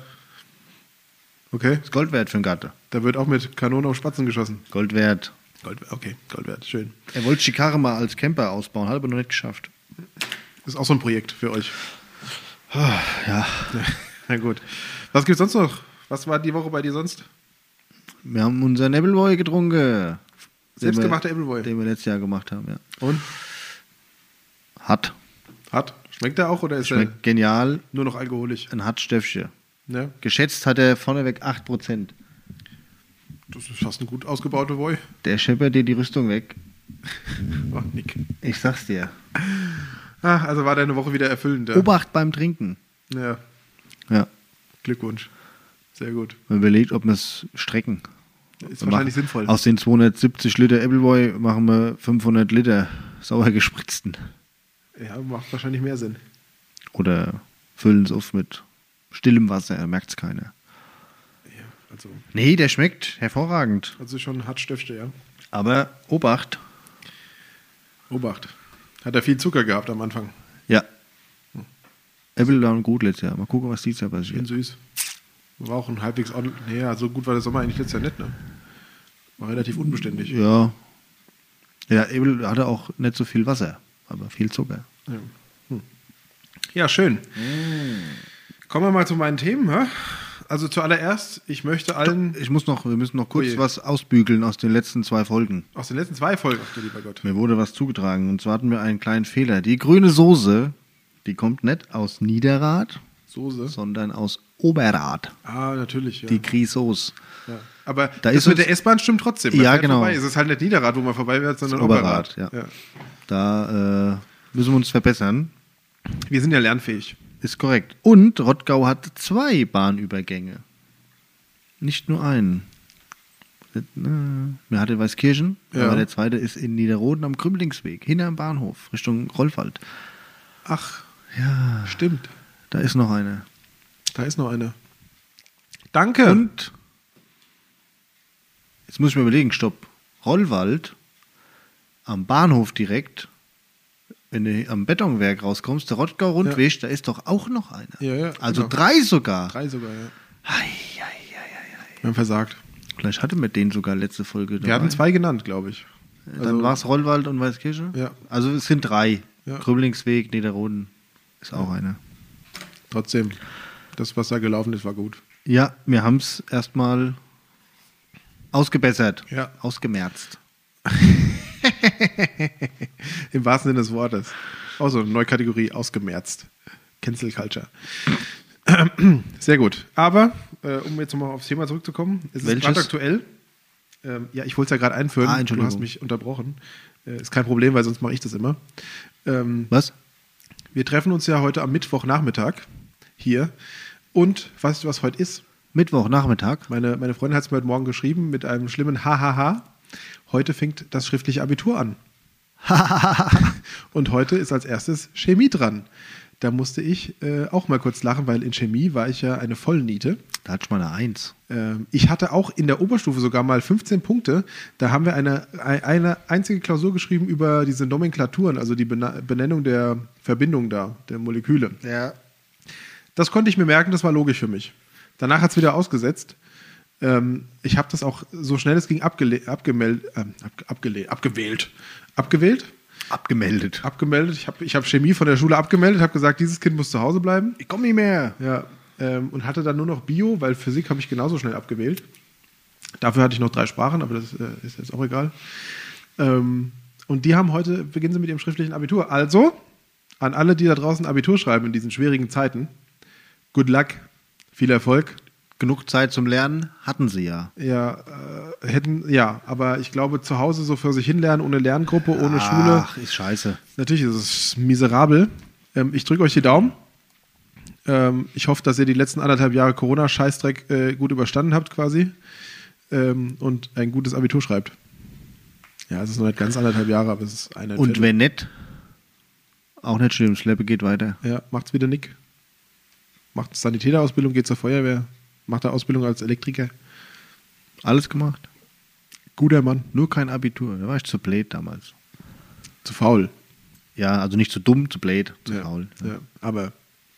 [SPEAKER 2] Okay,
[SPEAKER 3] Ist Gold wert für den Gatte.
[SPEAKER 2] da wird auch mit Kanonen auf Spatzen geschossen.
[SPEAKER 3] Gold wert.
[SPEAKER 2] Gold, okay, Gold wert, schön.
[SPEAKER 3] Er wollte die Karre mal als Camper ausbauen, hat aber noch nicht geschafft.
[SPEAKER 2] Ist auch so ein Projekt für euch.
[SPEAKER 3] Ja,
[SPEAKER 2] Na gut. Was gibt's sonst noch? Was war die Woche bei dir sonst?
[SPEAKER 3] wir haben unseren Appleboy getrunken.
[SPEAKER 2] Selbstgemachter
[SPEAKER 3] Den wir-
[SPEAKER 2] Appleboy.
[SPEAKER 3] Den wir letztes Jahr gemacht haben, ja.
[SPEAKER 2] Und?
[SPEAKER 3] Hat.
[SPEAKER 2] Hat. Schmeckt er auch oder ist
[SPEAKER 3] Schmeckt genial.
[SPEAKER 2] er nur noch alkoholisch? Ne?
[SPEAKER 3] Ein Hartstöffchen.
[SPEAKER 2] Ja,
[SPEAKER 3] Geschätzt hat er vorneweg 8%.
[SPEAKER 2] das ist fast ein gut ausgebauter Boy.
[SPEAKER 3] Der scheppert dir die Rüstung weg.
[SPEAKER 2] Ach, Nick.
[SPEAKER 3] Ich sag's dir.
[SPEAKER 2] Ah, also war deine Woche wieder erfüllend. Ja.
[SPEAKER 3] Obacht beim Trinken.
[SPEAKER 2] ja.
[SPEAKER 3] Ja.
[SPEAKER 2] Glückwunsch. Sehr gut.
[SPEAKER 3] Man überlegt, ob wir es strecken.
[SPEAKER 2] Ist
[SPEAKER 3] Wir
[SPEAKER 2] wahrscheinlich
[SPEAKER 3] machen-
[SPEAKER 2] sinnvoll.
[SPEAKER 3] Aus den 270 Liter Appleboy machen wir 500 Liter sauer gespritzten.
[SPEAKER 2] Ja, macht wahrscheinlich mehr Sinn.
[SPEAKER 3] Oder füllen es auf mit stillem Wasser, er merkt's keiner.
[SPEAKER 2] Ja, also,
[SPEAKER 3] Nee, der schmeckt hervorragend.
[SPEAKER 2] also schon hart Stöfte, ja.
[SPEAKER 3] Aber Obacht.
[SPEAKER 2] Obacht. Hat er viel Zucker gehabt am Anfang.
[SPEAKER 3] Ja. Apple waren gut letztes Jahr. Mal gucken, was dieses Jahr
[SPEAKER 2] Schön
[SPEAKER 3] passiert.
[SPEAKER 2] süß. War auch ein halbwegs ordentlich. Naja, so gut war der Sommer eigentlich letztes Jahr nicht, ne? War relativ unbeständig.
[SPEAKER 3] Ja. Ja, Apple hatte auch nicht so viel Wasser, aber viel Zucker.
[SPEAKER 2] Ja, Hm. ja schön.
[SPEAKER 3] Hm.
[SPEAKER 2] Kommen wir mal zu meinen Themen. Hä? Also zuallererst, ich möchte allen Oh
[SPEAKER 3] Ich muss noch, wir müssen noch kurz
[SPEAKER 2] Ui.
[SPEAKER 3] was ausbügeln aus den letzten zwei Folgen.
[SPEAKER 2] aus den letzten zwei Folgen, ach du lieber Gott.
[SPEAKER 3] Mir wurde was zugetragen und zwar hatten wir einen kleinen Fehler. Die grüne Soße, die kommt nicht aus Niederrad,
[SPEAKER 2] Soße.
[SPEAKER 3] sondern aus Oberrad.
[SPEAKER 2] Ah, natürlich. Ja.
[SPEAKER 3] Die Grisos.
[SPEAKER 2] ja. Aber
[SPEAKER 3] Da
[SPEAKER 2] das
[SPEAKER 3] ist
[SPEAKER 2] mit
[SPEAKER 3] uns-
[SPEAKER 2] der S-Bahn stimmt trotzdem. Man
[SPEAKER 3] Ja,
[SPEAKER 2] fährt
[SPEAKER 3] genau.
[SPEAKER 2] Vorbei. Es ist halt nicht Niederrad, wo man vorbei wird, sondern Oberrad.
[SPEAKER 3] Oberrad, ja. Da äh, müssen wir uns verbessern.
[SPEAKER 2] Wir sind ja lernfähig.
[SPEAKER 3] Ist korrekt. Und Rottgau hat zwei Bahnübergänge. Nicht nur einen. Wir hatte Weißkirchen,
[SPEAKER 2] Ja.
[SPEAKER 3] aber der zweite ist in Niederroden am Krümlingsweg, hinterm Bahnhof, Richtung Rollwald.
[SPEAKER 2] Ach,
[SPEAKER 3] Ja,
[SPEAKER 2] stimmt.
[SPEAKER 3] da ist noch eine.
[SPEAKER 2] Da ist noch eine. Danke.
[SPEAKER 3] Und jetzt muss ich mir überlegen, stopp. Rollwald am Bahnhof direkt, wenn du am Betonwerk rauskommst, der Rottgau Rundweg, da ist doch auch noch eine.
[SPEAKER 2] Ja, ja,
[SPEAKER 3] also
[SPEAKER 2] genau.
[SPEAKER 3] drei sogar.
[SPEAKER 2] Drei sogar, ja.
[SPEAKER 3] Ei, ei,
[SPEAKER 2] Wir haben versagt.
[SPEAKER 3] Vielleicht hatte mit denen sogar letzte Folge.
[SPEAKER 2] Wir hatten zwei genannt, glaube ich.
[SPEAKER 3] Dann
[SPEAKER 2] Also-
[SPEAKER 3] war es Rollwald und Weißkirche.
[SPEAKER 2] Ja.
[SPEAKER 3] Also es sind drei.
[SPEAKER 2] Ja.
[SPEAKER 3] Krümlingsweg, Niederroden ist auch einer.
[SPEAKER 2] Trotzdem, das, was da gelaufen ist, war gut.
[SPEAKER 3] Ja, wir haben es erstmal ausgebessert.
[SPEAKER 2] Ja.
[SPEAKER 3] Ausgemerzt.
[SPEAKER 2] Im wahrsten Sinne des Wortes. Auch so eine neue Kategorie, ausgemerzt. Cancel Culture. Sehr gut. Aber, äh, um jetzt nochmal aufs Thema zurückzukommen, es ist
[SPEAKER 3] Welches?
[SPEAKER 2] gerade aktuell. Ähm, ja, ich wollte es ja gerade einführen.
[SPEAKER 3] Ah,
[SPEAKER 2] du
[SPEAKER 3] Entschuldigung.
[SPEAKER 2] hast mich unterbrochen. Äh, ist kein Problem, weil sonst mache ich das immer. Ähm,
[SPEAKER 3] Was?
[SPEAKER 2] wir treffen uns ja heute am Mittwochnachmittag hier. Und weißt du, was heute ist?
[SPEAKER 3] Mittwochnachmittag.
[SPEAKER 2] Meine, meine Freundin hat es mir heute Morgen geschrieben mit einem schlimmen Hahaha. Heute fängt das schriftliche Abitur an. Und heute ist als erstes Chemie dran. Da musste ich äh, auch mal kurz lachen, weil in Chemie war ich ja eine Vollniete.
[SPEAKER 3] Da hatte ich mal eine Eins.
[SPEAKER 2] Ähm, ich hatte auch in der Oberstufe sogar mal 15 Punkte. Da haben wir eine, ei- eine einzige Klausur geschrieben über diese Nomenklaturen, also die Bena Benennung der Verbindung da, der Moleküle.
[SPEAKER 3] Ja.
[SPEAKER 2] Das konnte ich mir merken, das war logisch für mich. Danach hat es wieder ausgesetzt. Ähm, ich habe das auch so schnell es ging abgele abgemeldet, ähm, ab abgele abgewählt. Abgewählt?
[SPEAKER 3] Abgemeldet.
[SPEAKER 2] Abgemeldet. Ich habe ich hab Chemie von der Schule abgemeldet, habe gesagt, dieses Kind muss zu Hause bleiben.
[SPEAKER 3] Ich komme nicht mehr.
[SPEAKER 2] Ja. Ähm, und hatte dann nur noch Bio, weil Physik habe ich genauso schnell abgewählt. Dafür hatte ich noch drei Sprachen, aber das äh, ist jetzt auch egal. Ähm, und die haben heute, beginnen sie mit ihrem schriftlichen Abitur. Also, an alle, die da draußen Abitur schreiben in diesen schwierigen Zeiten, good luck, viel Erfolg.
[SPEAKER 3] Genug Zeit zum Lernen hatten sie ja.
[SPEAKER 2] Ja, äh, hätten, ja, aber ich glaube, zu Hause so für sich hinlernen, ohne Lerngruppe,
[SPEAKER 3] Ah.
[SPEAKER 2] ohne Schule.
[SPEAKER 3] Ach, ist scheiße.
[SPEAKER 2] Natürlich ist es miserabel. Ähm, ich drücke euch die Daumen. Ähm, ich hoffe, dass ihr die letzten anderthalb Jahre Corona-Scheißdreck äh, gut überstanden habt, quasi. Ähm, und ein gutes Abitur schreibt. Ja, es ist noch nicht ganz anderthalb Jahre, aber es ist eine.
[SPEAKER 3] Und wenn nicht, auch nicht schlimm. Schleppe geht weiter.
[SPEAKER 2] Ja, macht's wieder Nick. Macht Sanitäterausbildung, geht zur Feuerwehr. Macht eine Ausbildung als Elektriker.
[SPEAKER 3] Alles gemacht.
[SPEAKER 2] Guter Mann.
[SPEAKER 3] Nur kein Abitur. Da war ich zu blöd damals.
[SPEAKER 2] Zu faul.
[SPEAKER 3] Ja, also nicht zu dumm, zu blöd, zu faul.
[SPEAKER 2] Ja, aber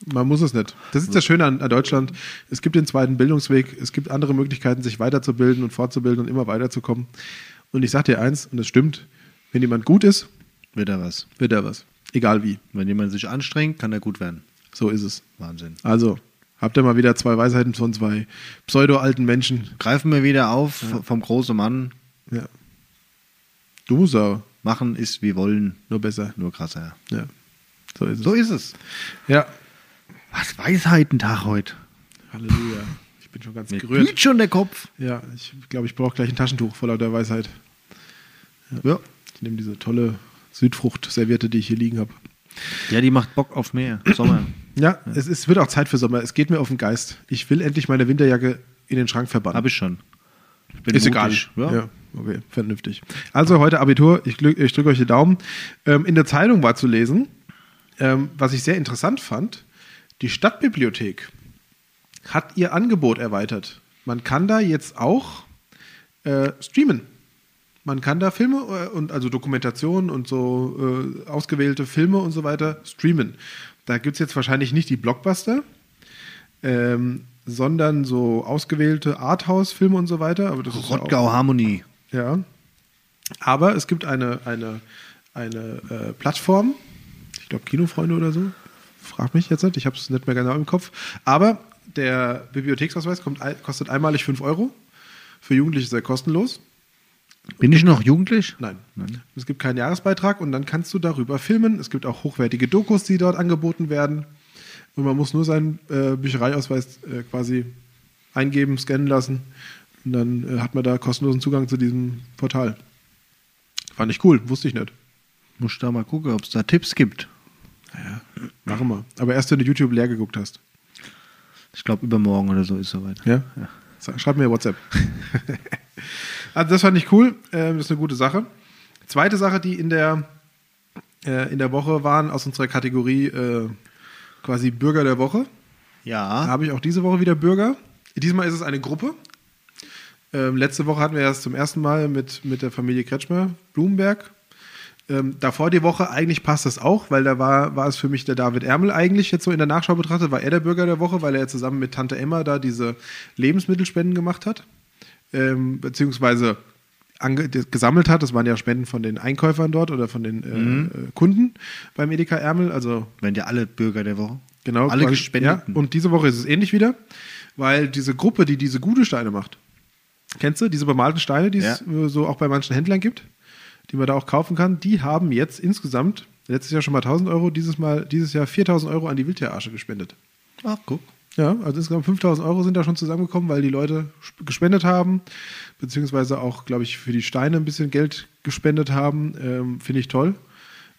[SPEAKER 2] man muss es nicht. Das ist das Schöne an an Deutschland. Es gibt den zweiten Bildungsweg, es gibt andere Möglichkeiten, sich weiterzubilden und fortzubilden und immer weiterzukommen. Und ich sage dir eins, und es stimmt, wenn jemand gut ist,
[SPEAKER 3] Wird er was.
[SPEAKER 2] wird er was. Egal wie.
[SPEAKER 3] Wenn jemand sich anstrengt, kann er gut werden.
[SPEAKER 2] So ist es.
[SPEAKER 3] Wahnsinn.
[SPEAKER 2] Also, habt ihr mal wieder zwei Weisheiten von zwei pseudo-alten Menschen.
[SPEAKER 3] Greifen wir wieder auf vom großen Mann.
[SPEAKER 2] Ja. Du musst aber
[SPEAKER 3] Machen ist wie wollen,
[SPEAKER 2] nur besser.
[SPEAKER 3] nur krasser.
[SPEAKER 2] Ja. So ist es.
[SPEAKER 3] So ist es.
[SPEAKER 2] ja.
[SPEAKER 3] Was Weisheitentag heute?
[SPEAKER 2] Halleluja. Ich bin schon ganz
[SPEAKER 3] Mir
[SPEAKER 2] gerührt.
[SPEAKER 3] glüht schon der Kopf.
[SPEAKER 2] Ja, ich glaube, ich brauche gleich ein Taschentuch voller der Weisheit.
[SPEAKER 3] Ja.
[SPEAKER 2] Ich nehme diese tolle Südfrucht-Serviette, die ich hier liegen habe.
[SPEAKER 3] Ja, die macht Bock auf mehr. Sommer.
[SPEAKER 2] Ja, Es, es wird auch Zeit für Sommer. Es geht mir auf den Geist. Ich will endlich meine Winterjacke in den Schrank verbannen.
[SPEAKER 3] Habe ich schon. Ich bin
[SPEAKER 2] Ist
[SPEAKER 3] mutig.
[SPEAKER 2] egal.
[SPEAKER 3] Ja.
[SPEAKER 2] Ja. okay, vernünftig. Also heute Abitur, ich, glück- ich drücke euch die Daumen. Ähm, in der Zeitung war zu lesen, ähm, was ich sehr interessant fand, die Stadtbibliothek hat ihr Angebot erweitert. Man kann da jetzt auch äh, streamen. Man kann da Filme äh, und also Dokumentationen und so äh, ausgewählte Filme und so weiter streamen. Da gibt es jetzt wahrscheinlich nicht die Blockbuster, ähm, sondern so ausgewählte Arthouse-Filme und so weiter. Aber das ist ja auch-
[SPEAKER 3] Rottgau Harmonie.
[SPEAKER 2] ja. Aber es gibt eine, eine, eine äh, Plattform, ich glaube Kinofreunde oder so, frag mich jetzt nicht, ich habe es nicht mehr genau im Kopf. Aber der Bibliotheksausweis kommt, ein- kostet einmalig 5 Euro. Für Jugendliche ist er kostenlos.
[SPEAKER 3] Bin ich noch jugendlich?
[SPEAKER 2] Nein. Es gibt keinen Jahresbeitrag und dann kannst du darüber filmen. Es gibt auch hochwertige Dokus, die dort angeboten werden. Und man muss nur seinen äh, Büchereiausweis äh, quasi eingeben, scannen lassen. Und dann äh, hat man da kostenlosen Zugang zu diesem Portal. Fand ich cool, wusste ich nicht.
[SPEAKER 3] Muss ich da mal gucken, ob es da Tipps gibt.
[SPEAKER 2] Machen wir. Aber erst, wenn du YouTube leer geguckt hast.
[SPEAKER 3] Ich glaube, übermorgen oder so ist soweit.
[SPEAKER 2] Ja? Sa- Schreib mir WhatsApp. also das fand ich cool. Ähm, das ist eine gute Sache. Zweite Sache, die in der, äh, in der Woche waren, aus unserer Kategorie äh, quasi Bürger der Woche. Da
[SPEAKER 3] Ja.
[SPEAKER 2] habe ich auch diese Woche wieder Bürger. Diesmal ist es eine Gruppe. Ähm, letzte Woche hatten wir das zum ersten Mal mit, mit der Familie Kretschmer, Blumenberg. Ähm, davor die Woche, eigentlich passt das auch, weil da war, war es für mich der David Ärmel eigentlich, jetzt so in der Nachschau betrachtet, war er der Bürger der Woche, weil er zusammen mit Tante Emma da diese Lebensmittelspenden gemacht hat, ähm, beziehungsweise ange das gesammelt hat. Das waren ja Spenden von den Einkäufern dort oder von den äh, äh, Kunden beim Edeka Ärmel, also
[SPEAKER 3] Wenn ja alle Bürger der Woche.
[SPEAKER 2] Genau,
[SPEAKER 3] Alle
[SPEAKER 2] quasi-
[SPEAKER 3] Gespendeten.
[SPEAKER 2] Ja, und diese Woche ist es ähnlich wieder, weil diese Gruppe, die diese gute Steine macht, kennst du, diese bemalten Steine, die es
[SPEAKER 3] Ja.
[SPEAKER 2] äh, so auch bei manchen Händlern gibt, die man da auch kaufen kann, die haben jetzt insgesamt letztes Jahr schon mal 1000 Euro, dieses Mal, dieses Jahr 4000 Euro an die Wildtierasche gespendet.
[SPEAKER 3] Ach, guck.
[SPEAKER 2] Ja, also insgesamt 5000 Euro sind da schon zusammengekommen, weil die Leute sp- gespendet haben, beziehungsweise auch, glaube ich, für die Steine ein bisschen Geld gespendet haben. Ähm, Finde ich toll.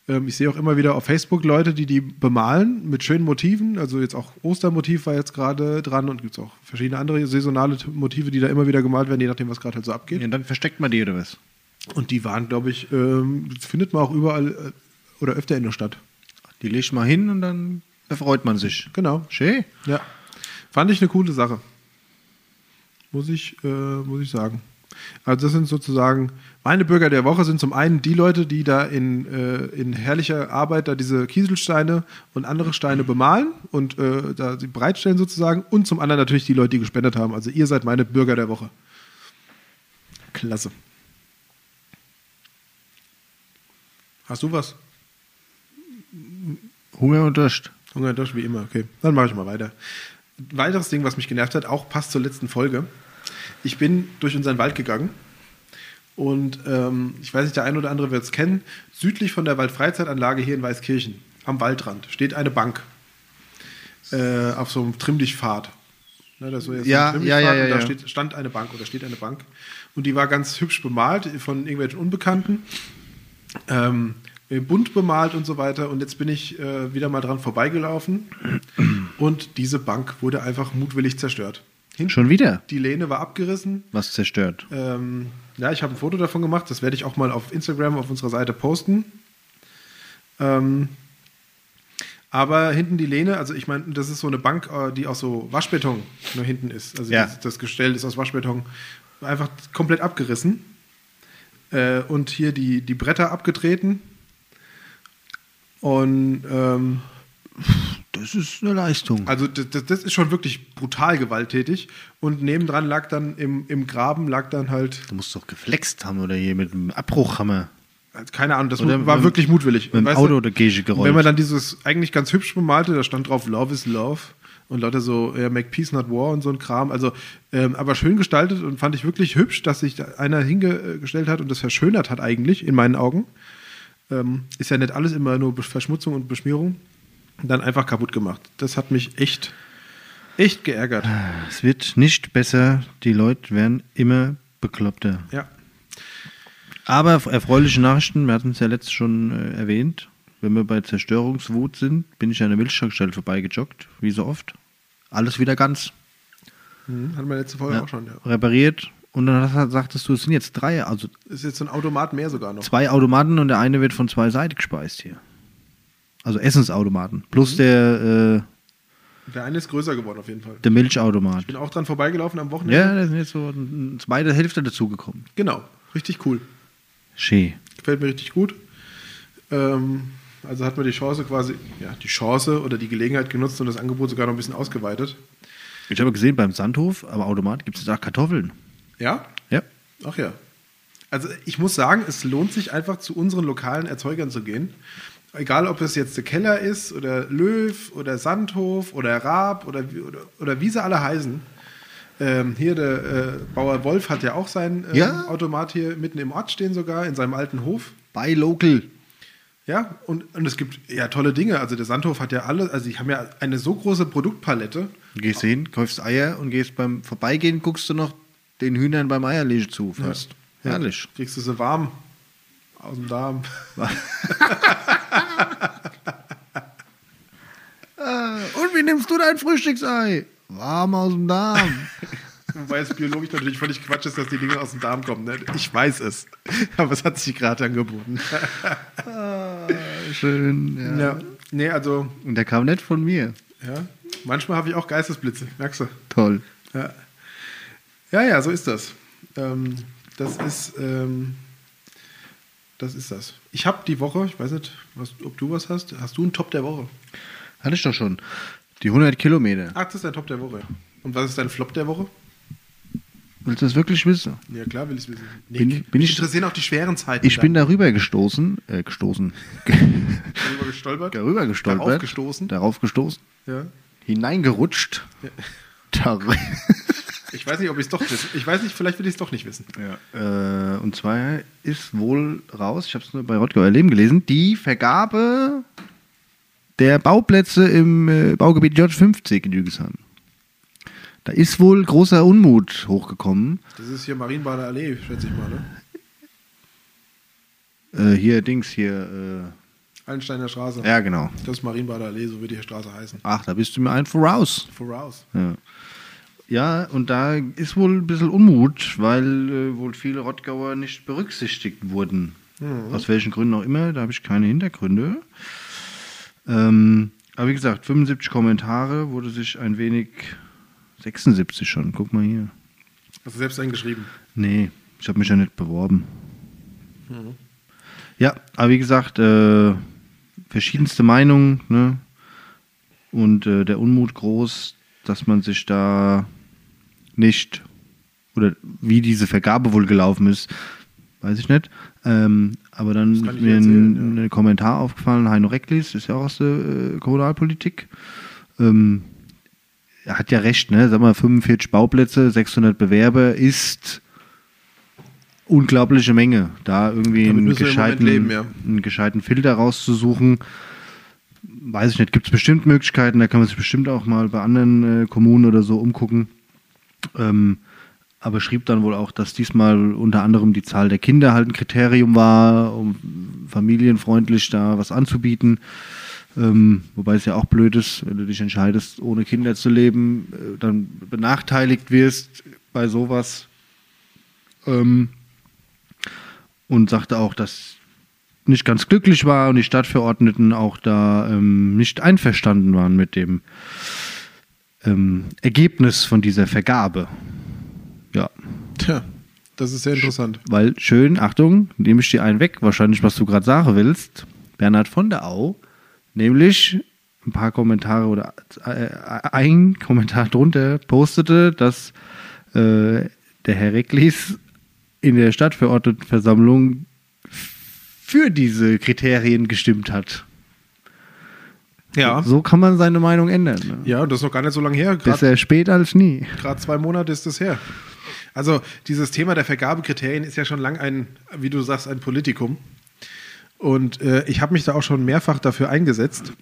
[SPEAKER 2] Ähm, ich sehe auch immer wieder auf Facebook Leute, die die bemalen mit schönen Motiven. Also jetzt auch Ostermotiv war jetzt gerade dran und gibt es auch verschiedene andere saisonale T- Motive, die da immer wieder gemalt werden, je nachdem, was gerade halt so abgeht.
[SPEAKER 3] Ja, dann versteckt man die oder was?
[SPEAKER 2] Und die waren, glaube ich, ähm, das findet man auch überall äh, oder öfter in der Stadt.
[SPEAKER 3] Die legt mal hin und dann erfreut man sich.
[SPEAKER 2] Genau.
[SPEAKER 3] Schön.
[SPEAKER 2] Ja. Fand ich eine coole Sache. Muss ich, äh, muss ich sagen. Also das sind sozusagen, meine Bürger der Woche sind zum einen die Leute, die da in, äh, in herrlicher Arbeit da diese Kieselsteine und andere Steine bemalen und äh, da sie bereitstellen sozusagen und zum anderen natürlich die Leute, die gespendet haben. Also ihr seid meine Bürger der Woche. Klasse. Hast du was?
[SPEAKER 3] Hunger und Durst.
[SPEAKER 2] Hunger und Durst, wie immer, okay. Dann mache ich mal weiter. Weiteres Ding, was mich genervt hat, auch passt zur letzten Folge. Ich bin durch unseren Wald gegangen und ähm, ich weiß nicht, der ein oder andere wird es kennen. Südlich von der Waldfreizeitanlage hier in Weißkirchen, am Waldrand, steht eine Bank äh, auf so einem Trimmdichtpfad. Ne, das ist so jetzt
[SPEAKER 3] Ja,
[SPEAKER 2] ein
[SPEAKER 3] ja,
[SPEAKER 2] Trimmdichtpfad
[SPEAKER 3] ja, ja,
[SPEAKER 2] und da
[SPEAKER 3] ja.
[SPEAKER 2] steht, stand eine Bank oder steht eine Bank. Und die war ganz hübsch bemalt von irgendwelchen Unbekannten ähm, bunt bemalt und so weiter. Und jetzt bin ich äh, wieder mal dran vorbeigelaufen und diese Bank wurde einfach mutwillig zerstört. Hinten
[SPEAKER 3] Schon wieder
[SPEAKER 2] Die Lehne war abgerissen.
[SPEAKER 3] was zerstört.
[SPEAKER 2] Ähm, ja, ich habe ein Foto davon gemacht. Das werde ich auch mal auf Instagram auf unserer Seite posten. Ähm, aber hinten die Lehne, also ich meine, das ist so eine Bank, äh, die aus so Waschbeton nur hinten ist. Also
[SPEAKER 3] Ja.
[SPEAKER 2] das, das Gestell ist aus Waschbeton einfach komplett abgerissen. Äh, und hier die, die Bretter abgetreten. Und ähm,
[SPEAKER 3] Das ist eine Leistung.
[SPEAKER 2] also das, das, das ist schon wirklich brutal gewalttätig. Und nebendran lag dann im, im Graben lag dann halt
[SPEAKER 3] Du musst doch geflext haben oder hier mit einem Abbruchhammer.
[SPEAKER 2] Also Keine Ahnung, das
[SPEAKER 3] Oder
[SPEAKER 2] war
[SPEAKER 3] mit-
[SPEAKER 2] wirklich mutwillig.
[SPEAKER 3] Mit dem
[SPEAKER 2] Weißt
[SPEAKER 3] Auto
[SPEAKER 2] du,
[SPEAKER 3] oder Gege gerollt.
[SPEAKER 2] wenn man dann dieses eigentlich ganz hübsch bemalte, da stand drauf Love is Love und Leute so, ja, make peace not war und so ein Kram. Also, ähm, aber schön gestaltet und fand ich wirklich hübsch, dass sich da einer hingestellt hat und das verschönert hat eigentlich, in meinen Augen. Ähm, ist ja nicht alles immer nur Be- Verschmutzung und Beschmierung. Und dann einfach kaputt gemacht. Das hat mich echt, echt geärgert.
[SPEAKER 3] es wird nicht besser, die Leute werden immer bekloppter.
[SPEAKER 2] Ja.
[SPEAKER 3] Aber erfreuliche Nachrichten, wir hatten es ja letztes schon äh, erwähnt, wenn wir bei Zerstörungswut sind, bin ich an der Milchtankstelle vorbeigejoggt, wie so oft. Alles wieder ganz.
[SPEAKER 2] Hm, hatten wir letzte Folge auch schon, ja.
[SPEAKER 3] Repariert. Und dann hast, sagtest du, es sind jetzt drei, also
[SPEAKER 2] Ist jetzt so ein Automat mehr sogar noch.
[SPEAKER 3] zwei Automaten und der eine wird von zwei Seiten gespeist hier. Also Essensautomaten. Plus der,
[SPEAKER 2] Der eine ist größer geworden auf jeden Fall.
[SPEAKER 3] äh, der Milchautomat.
[SPEAKER 2] Bin auch dran vorbeigelaufen am Wochenende.
[SPEAKER 3] Ja, da sind jetzt so n- zweite Hälfte dazugekommen.
[SPEAKER 2] Genau. Richtig cool.
[SPEAKER 3] Schön.
[SPEAKER 2] Gefällt mir richtig gut. Ähm, also hat man die Chance quasi, ja, die Chance oder die Gelegenheit genutzt und das Angebot sogar noch ein bisschen ausgeweitet.
[SPEAKER 3] Ich habe gesehen, beim Sandhof, am Automat gibt es da Kartoffeln.
[SPEAKER 2] Ja?
[SPEAKER 3] Ja.
[SPEAKER 2] Ach ja. Also ich muss sagen, es lohnt sich einfach zu unseren lokalen Erzeugern zu gehen. Egal, ob es jetzt der Keller ist oder Löw oder Sandhof oder Raab oder, wie- oder, oder wie sie alle heißen. Ähm, hier der äh, Bauer Wolf hat ja auch seinen äh,
[SPEAKER 3] Ja.
[SPEAKER 2] Automat hier mitten im Ort stehen sogar, in seinem alten Hof.
[SPEAKER 3] Bei Local.
[SPEAKER 2] Ja, und, und es gibt ja tolle Dinge. Also der Sandhof hat ja alle, also die haben ja eine so große Produktpalette.
[SPEAKER 3] Du gehst hin, kaufst Eier und gehst beim Vorbeigehen, guckst du noch den Hühnern beim Eierlege zu. Fast. Herrlich.
[SPEAKER 2] Kriegst du sie warm aus dem Darm.
[SPEAKER 3] Und wie nimmst du dein Frühstücksei? Warm aus dem Darm.
[SPEAKER 2] Wobei es biologisch natürlich völlig Quatsch ist, dass die Dinge aus dem Darm kommen. Ne? Ich weiß es. Aber es hat sich gerade angeboten.
[SPEAKER 3] Schön. Ja.
[SPEAKER 2] Ja. Nee, also,
[SPEAKER 3] Und der kam nicht von mir.
[SPEAKER 2] ja. Manchmal habe ich auch Geistesblitze, merkst du?
[SPEAKER 3] Toll.
[SPEAKER 2] Ja, ja, ja so ist das. Ähm, das ist, ähm, das ist das. Ich habe die Woche, ich weiß nicht, was, ob du was hast. Hast du einen Top der Woche?
[SPEAKER 3] Hatte ich doch schon. Die 100 Kilometer.
[SPEAKER 2] Ach, das ist dein Top der Woche. Und was ist dein Flop der Woche?
[SPEAKER 3] Willst du das wirklich wissen?
[SPEAKER 2] Ja, klar will ich es wissen. Nick,
[SPEAKER 3] Bin- bin
[SPEAKER 2] mich
[SPEAKER 3] ich-
[SPEAKER 2] interessieren auch die schweren Zeiten.
[SPEAKER 3] Ich bin darüber gestoßen. Äh, gestoßen.
[SPEAKER 2] darüber gestolpert.
[SPEAKER 3] darüber gestolpert.
[SPEAKER 2] Darauf gestoßen.
[SPEAKER 3] Darauf gestoßen.
[SPEAKER 2] Ja.
[SPEAKER 3] Hineingerutscht. Dar
[SPEAKER 2] Ich weiß nicht, ob ich es doch wissen. Ich weiß nicht, vielleicht will ich es doch nicht wissen.
[SPEAKER 3] Äh, und zwar ist wohl raus, ich habe es nur bei Rottgau Erleben gelesen, die Vergabe der Bauplätze im äh, Baugebiet J50 in Jügesheim. Da ist wohl großer Unmut hochgekommen.
[SPEAKER 2] Das ist hier Marienbader Allee, schätze ich mal, ne?
[SPEAKER 3] Äh, hier Dings, hier.
[SPEAKER 2] Allensteiner Straße.
[SPEAKER 3] Äh, ja, genau.
[SPEAKER 2] Das ist Marienbader Allee, so wird die Straße heißen.
[SPEAKER 3] Ach, da bist du mir ein voraus.
[SPEAKER 2] Voraus.
[SPEAKER 3] Ja. ja, und da ist wohl ein bisschen Unmut, weil äh, wohl viele Rottgauer nicht berücksichtigt wurden. Aus welchen Gründen auch immer, da habe ich keine Hintergründe. Ähm, aber wie gesagt, 75 Kommentare wurde sich ein wenig. 76 schon, guck mal hier.
[SPEAKER 2] Hast du selbst einen geschrieben?
[SPEAKER 3] Nee, ich habe mich ja nicht beworben.
[SPEAKER 2] Mhm.
[SPEAKER 3] Ja, aber wie gesagt, äh, verschiedenste Meinungen ne? und äh, der Unmut groß, dass man sich da nicht oder wie diese Vergabe wohl gelaufen ist, weiß ich nicht. Ähm, aber dann
[SPEAKER 2] kann
[SPEAKER 3] ist
[SPEAKER 2] ich
[SPEAKER 3] mir
[SPEAKER 2] erzählen,
[SPEAKER 3] ein, ein Kommentar aufgefallen, Heino Recklis ist ja auch aus der äh, Kommunalpolitik. Ähm, er hat ja recht, ne? Sag mal, 45 Bauplätze, 600 Bewerber ist unglaubliche Menge. Da irgendwie
[SPEAKER 2] Damit
[SPEAKER 3] einen
[SPEAKER 2] müssen wir im
[SPEAKER 3] gescheiten,
[SPEAKER 2] Moment leben, ja.
[SPEAKER 3] einen gescheiten Filter rauszusuchen, weiß ich nicht, gibt es bestimmt Möglichkeiten, da kann man sich bestimmt auch mal bei anderen äh, Kommunen oder so umgucken. Ähm, aber schrieb dann wohl auch, dass diesmal unter anderem die Zahl der Kinder halt ein Kriterium war, um familienfreundlich da was anzubieten. Ähm, wobei es ja auch blöd ist, wenn du dich entscheidest, ohne Kinder zu leben, äh, dann benachteiligt wirst bei sowas. Ähm, und sagte auch, dass nicht ganz glücklich war und die Stadtverordneten auch da ähm, nicht einverstanden waren mit dem ähm, Ergebnis von dieser Vergabe. Ja,
[SPEAKER 2] Tja, das ist sehr interessant.
[SPEAKER 3] weil schön, Achtung, nehme ich dir einen weg, wahrscheinlich, was du gerade sagen willst, Bernhard von der Au, nämlich ein paar Kommentare oder äh, ein Kommentar drunter postete, dass äh, der Herr Recklis in der Stadtverordnetenversammlung für diese Kriterien gestimmt hat.
[SPEAKER 2] Ja.
[SPEAKER 3] So kann man seine Meinung ändern. Ne?
[SPEAKER 2] Ja, und das ist noch gar nicht so lange her. Gerade
[SPEAKER 3] Besser spät als nie.
[SPEAKER 2] zwei Monate ist das her. Also dieses Thema der Vergabekriterien ist ja schon lang ein, wie du sagst, ein Politikum. Und äh, ich habe mich da auch schon mehrfach dafür eingesetzt.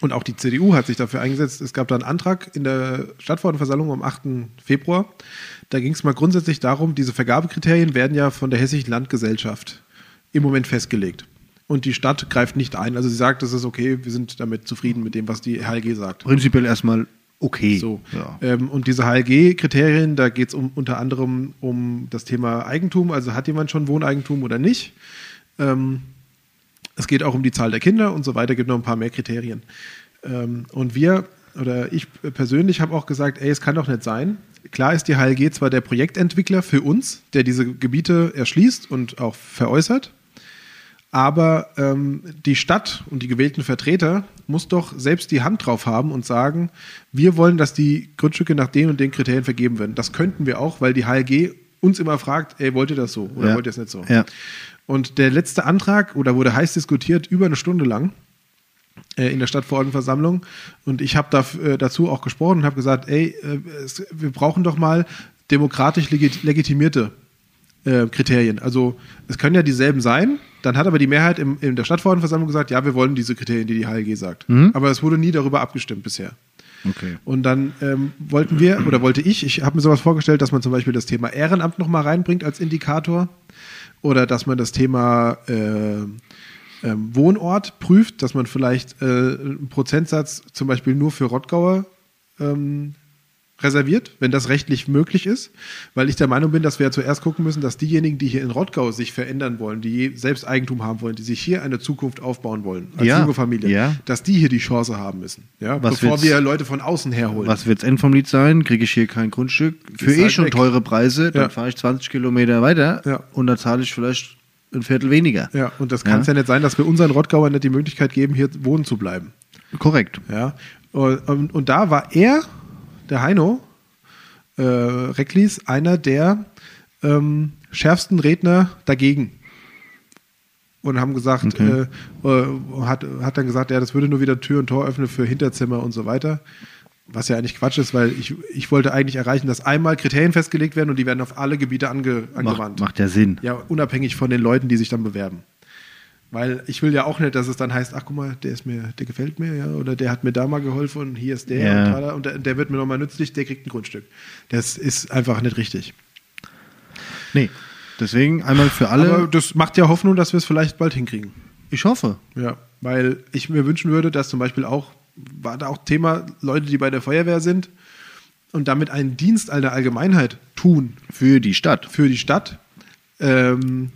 [SPEAKER 2] Und auch die CDU hat sich dafür eingesetzt. Es gab da einen Antrag in der Stadtverordnetenversammlung am 8. Februar. Da ging es mal grundsätzlich darum, diese Vergabekriterien werden ja von der Hessischen Landgesellschaft im Moment festgelegt. Und die Stadt greift nicht ein. Also sie sagt, das ist okay, wir sind damit zufrieden mit dem, was die HLG sagt.
[SPEAKER 3] Prinzipiell erstmal okay.
[SPEAKER 2] So.
[SPEAKER 3] Ja.
[SPEAKER 2] Ähm, und diese HLG-Kriterien, da geht es um, unter anderem um das Thema Eigentum, also hat jemand schon Wohneigentum oder nicht. Ähm, es geht auch um die Zahl der Kinder und so weiter, gibt noch ein paar mehr Kriterien. Ähm, und wir, oder ich persönlich habe auch gesagt, ey, es kann doch nicht sein. Klar ist die HLG zwar der Projektentwickler für uns, der diese Gebiete erschließt und auch veräußert, aber ähm, die Stadt und die gewählten Vertreter muss doch selbst die Hand drauf haben und sagen, wir wollen, dass die Grundstücke nach den und den Kriterien vergeben werden. Das könnten wir auch, weil die HLG uns immer fragt, ey, wollt ihr das so oder
[SPEAKER 3] Ja.
[SPEAKER 2] wollt ihr es nicht so?
[SPEAKER 3] Ja.
[SPEAKER 2] Und der letzte Antrag, oder wurde heiß diskutiert, über eine Stunde lang äh, in der Stadtverordnetenversammlung. Und ich habe da, äh, dazu auch gesprochen und habe gesagt, ey, äh, es, wir brauchen doch mal demokratisch legit legitimierte äh, Kriterien. Also es können ja dieselben sein. Dann hat aber die Mehrheit im, in der Stadtverordnetenversammlung gesagt, ja, wir wollen diese Kriterien, die die HLG sagt. Aber es wurde nie darüber abgestimmt bisher.
[SPEAKER 3] Okay.
[SPEAKER 2] Und dann ähm, wollten wir, oder wollte ich, ich habe mir sowas vorgestellt, dass man zum Beispiel das Thema Ehrenamt nochmal reinbringt als Indikator oder dass man das Thema äh, ähm, Wohnort prüft, dass man vielleicht äh, einen Prozentsatz zum Beispiel nur für Rottgauer ähm, reserviert, wenn das rechtlich möglich ist, weil ich der Meinung bin, dass wir ja zuerst gucken müssen, dass diejenigen, die hier in Rottgau sich verändern wollen, die selbst Eigentum haben wollen, die sich hier eine Zukunft aufbauen wollen, als
[SPEAKER 3] Ja,
[SPEAKER 2] junge Familie,
[SPEAKER 3] ja.
[SPEAKER 2] dass die hier die Chance haben müssen. Ja,
[SPEAKER 3] Was
[SPEAKER 2] bevor
[SPEAKER 3] wird's-
[SPEAKER 2] wir Leute von außen herholen.
[SPEAKER 3] Was wird's End vom Lied sein? Kriege ich hier kein Grundstück? Für eh
[SPEAKER 2] halt
[SPEAKER 3] schon
[SPEAKER 2] weg.
[SPEAKER 3] teure Preise, dann
[SPEAKER 2] Ja.
[SPEAKER 3] fahre ich 20 Kilometer weiter
[SPEAKER 2] Ja.
[SPEAKER 3] und da zahle ich vielleicht ein Viertel weniger.
[SPEAKER 2] Ja, und das kann es ja. nicht sein, dass wir unseren Rottgauern nicht die Möglichkeit geben, hier wohnen zu bleiben.
[SPEAKER 3] Korrekt.
[SPEAKER 2] Ja. Und, und da war er, der Heino äh, Recklis, einer der ähm, schärfsten Redner dagegen. Und haben gesagt, äh, äh, hat, hat dann gesagt, ja, das würde nur wieder Tür und Tor öffnen für Hinterzimmer und so weiter. Was ja eigentlich Quatsch ist, weil ich, ich wollte eigentlich erreichen, dass einmal Kriterien festgelegt werden und die werden auf alle Gebiete ange,
[SPEAKER 3] Macht,
[SPEAKER 2] angewandt.
[SPEAKER 3] macht ja Sinn.
[SPEAKER 2] Ja, unabhängig von den Leuten, die sich dann bewerben. Weil ich will ja auch nicht, dass es dann heißt, ach guck mal, der ist mir, der gefällt mir, ja, oder der hat mir da mal geholfen und hier ist der
[SPEAKER 3] Ja.
[SPEAKER 2] und, tada, und der, der wird mir nochmal nützlich, der kriegt ein Grundstück. Das ist einfach nicht richtig.
[SPEAKER 3] Nee. Deswegen einmal für
[SPEAKER 2] Aber
[SPEAKER 3] alle.
[SPEAKER 2] das macht ja Hoffnung, dass wir es vielleicht bald hinkriegen.
[SPEAKER 3] Ich hoffe.
[SPEAKER 2] Ja, weil ich mir wünschen würde, dass zum Beispiel auch, war da auch Thema, Leute, die bei der Feuerwehr sind und damit einen Dienst an der Allgemeinheit tun,
[SPEAKER 3] Für die Stadt.
[SPEAKER 2] für die Stadt ähm,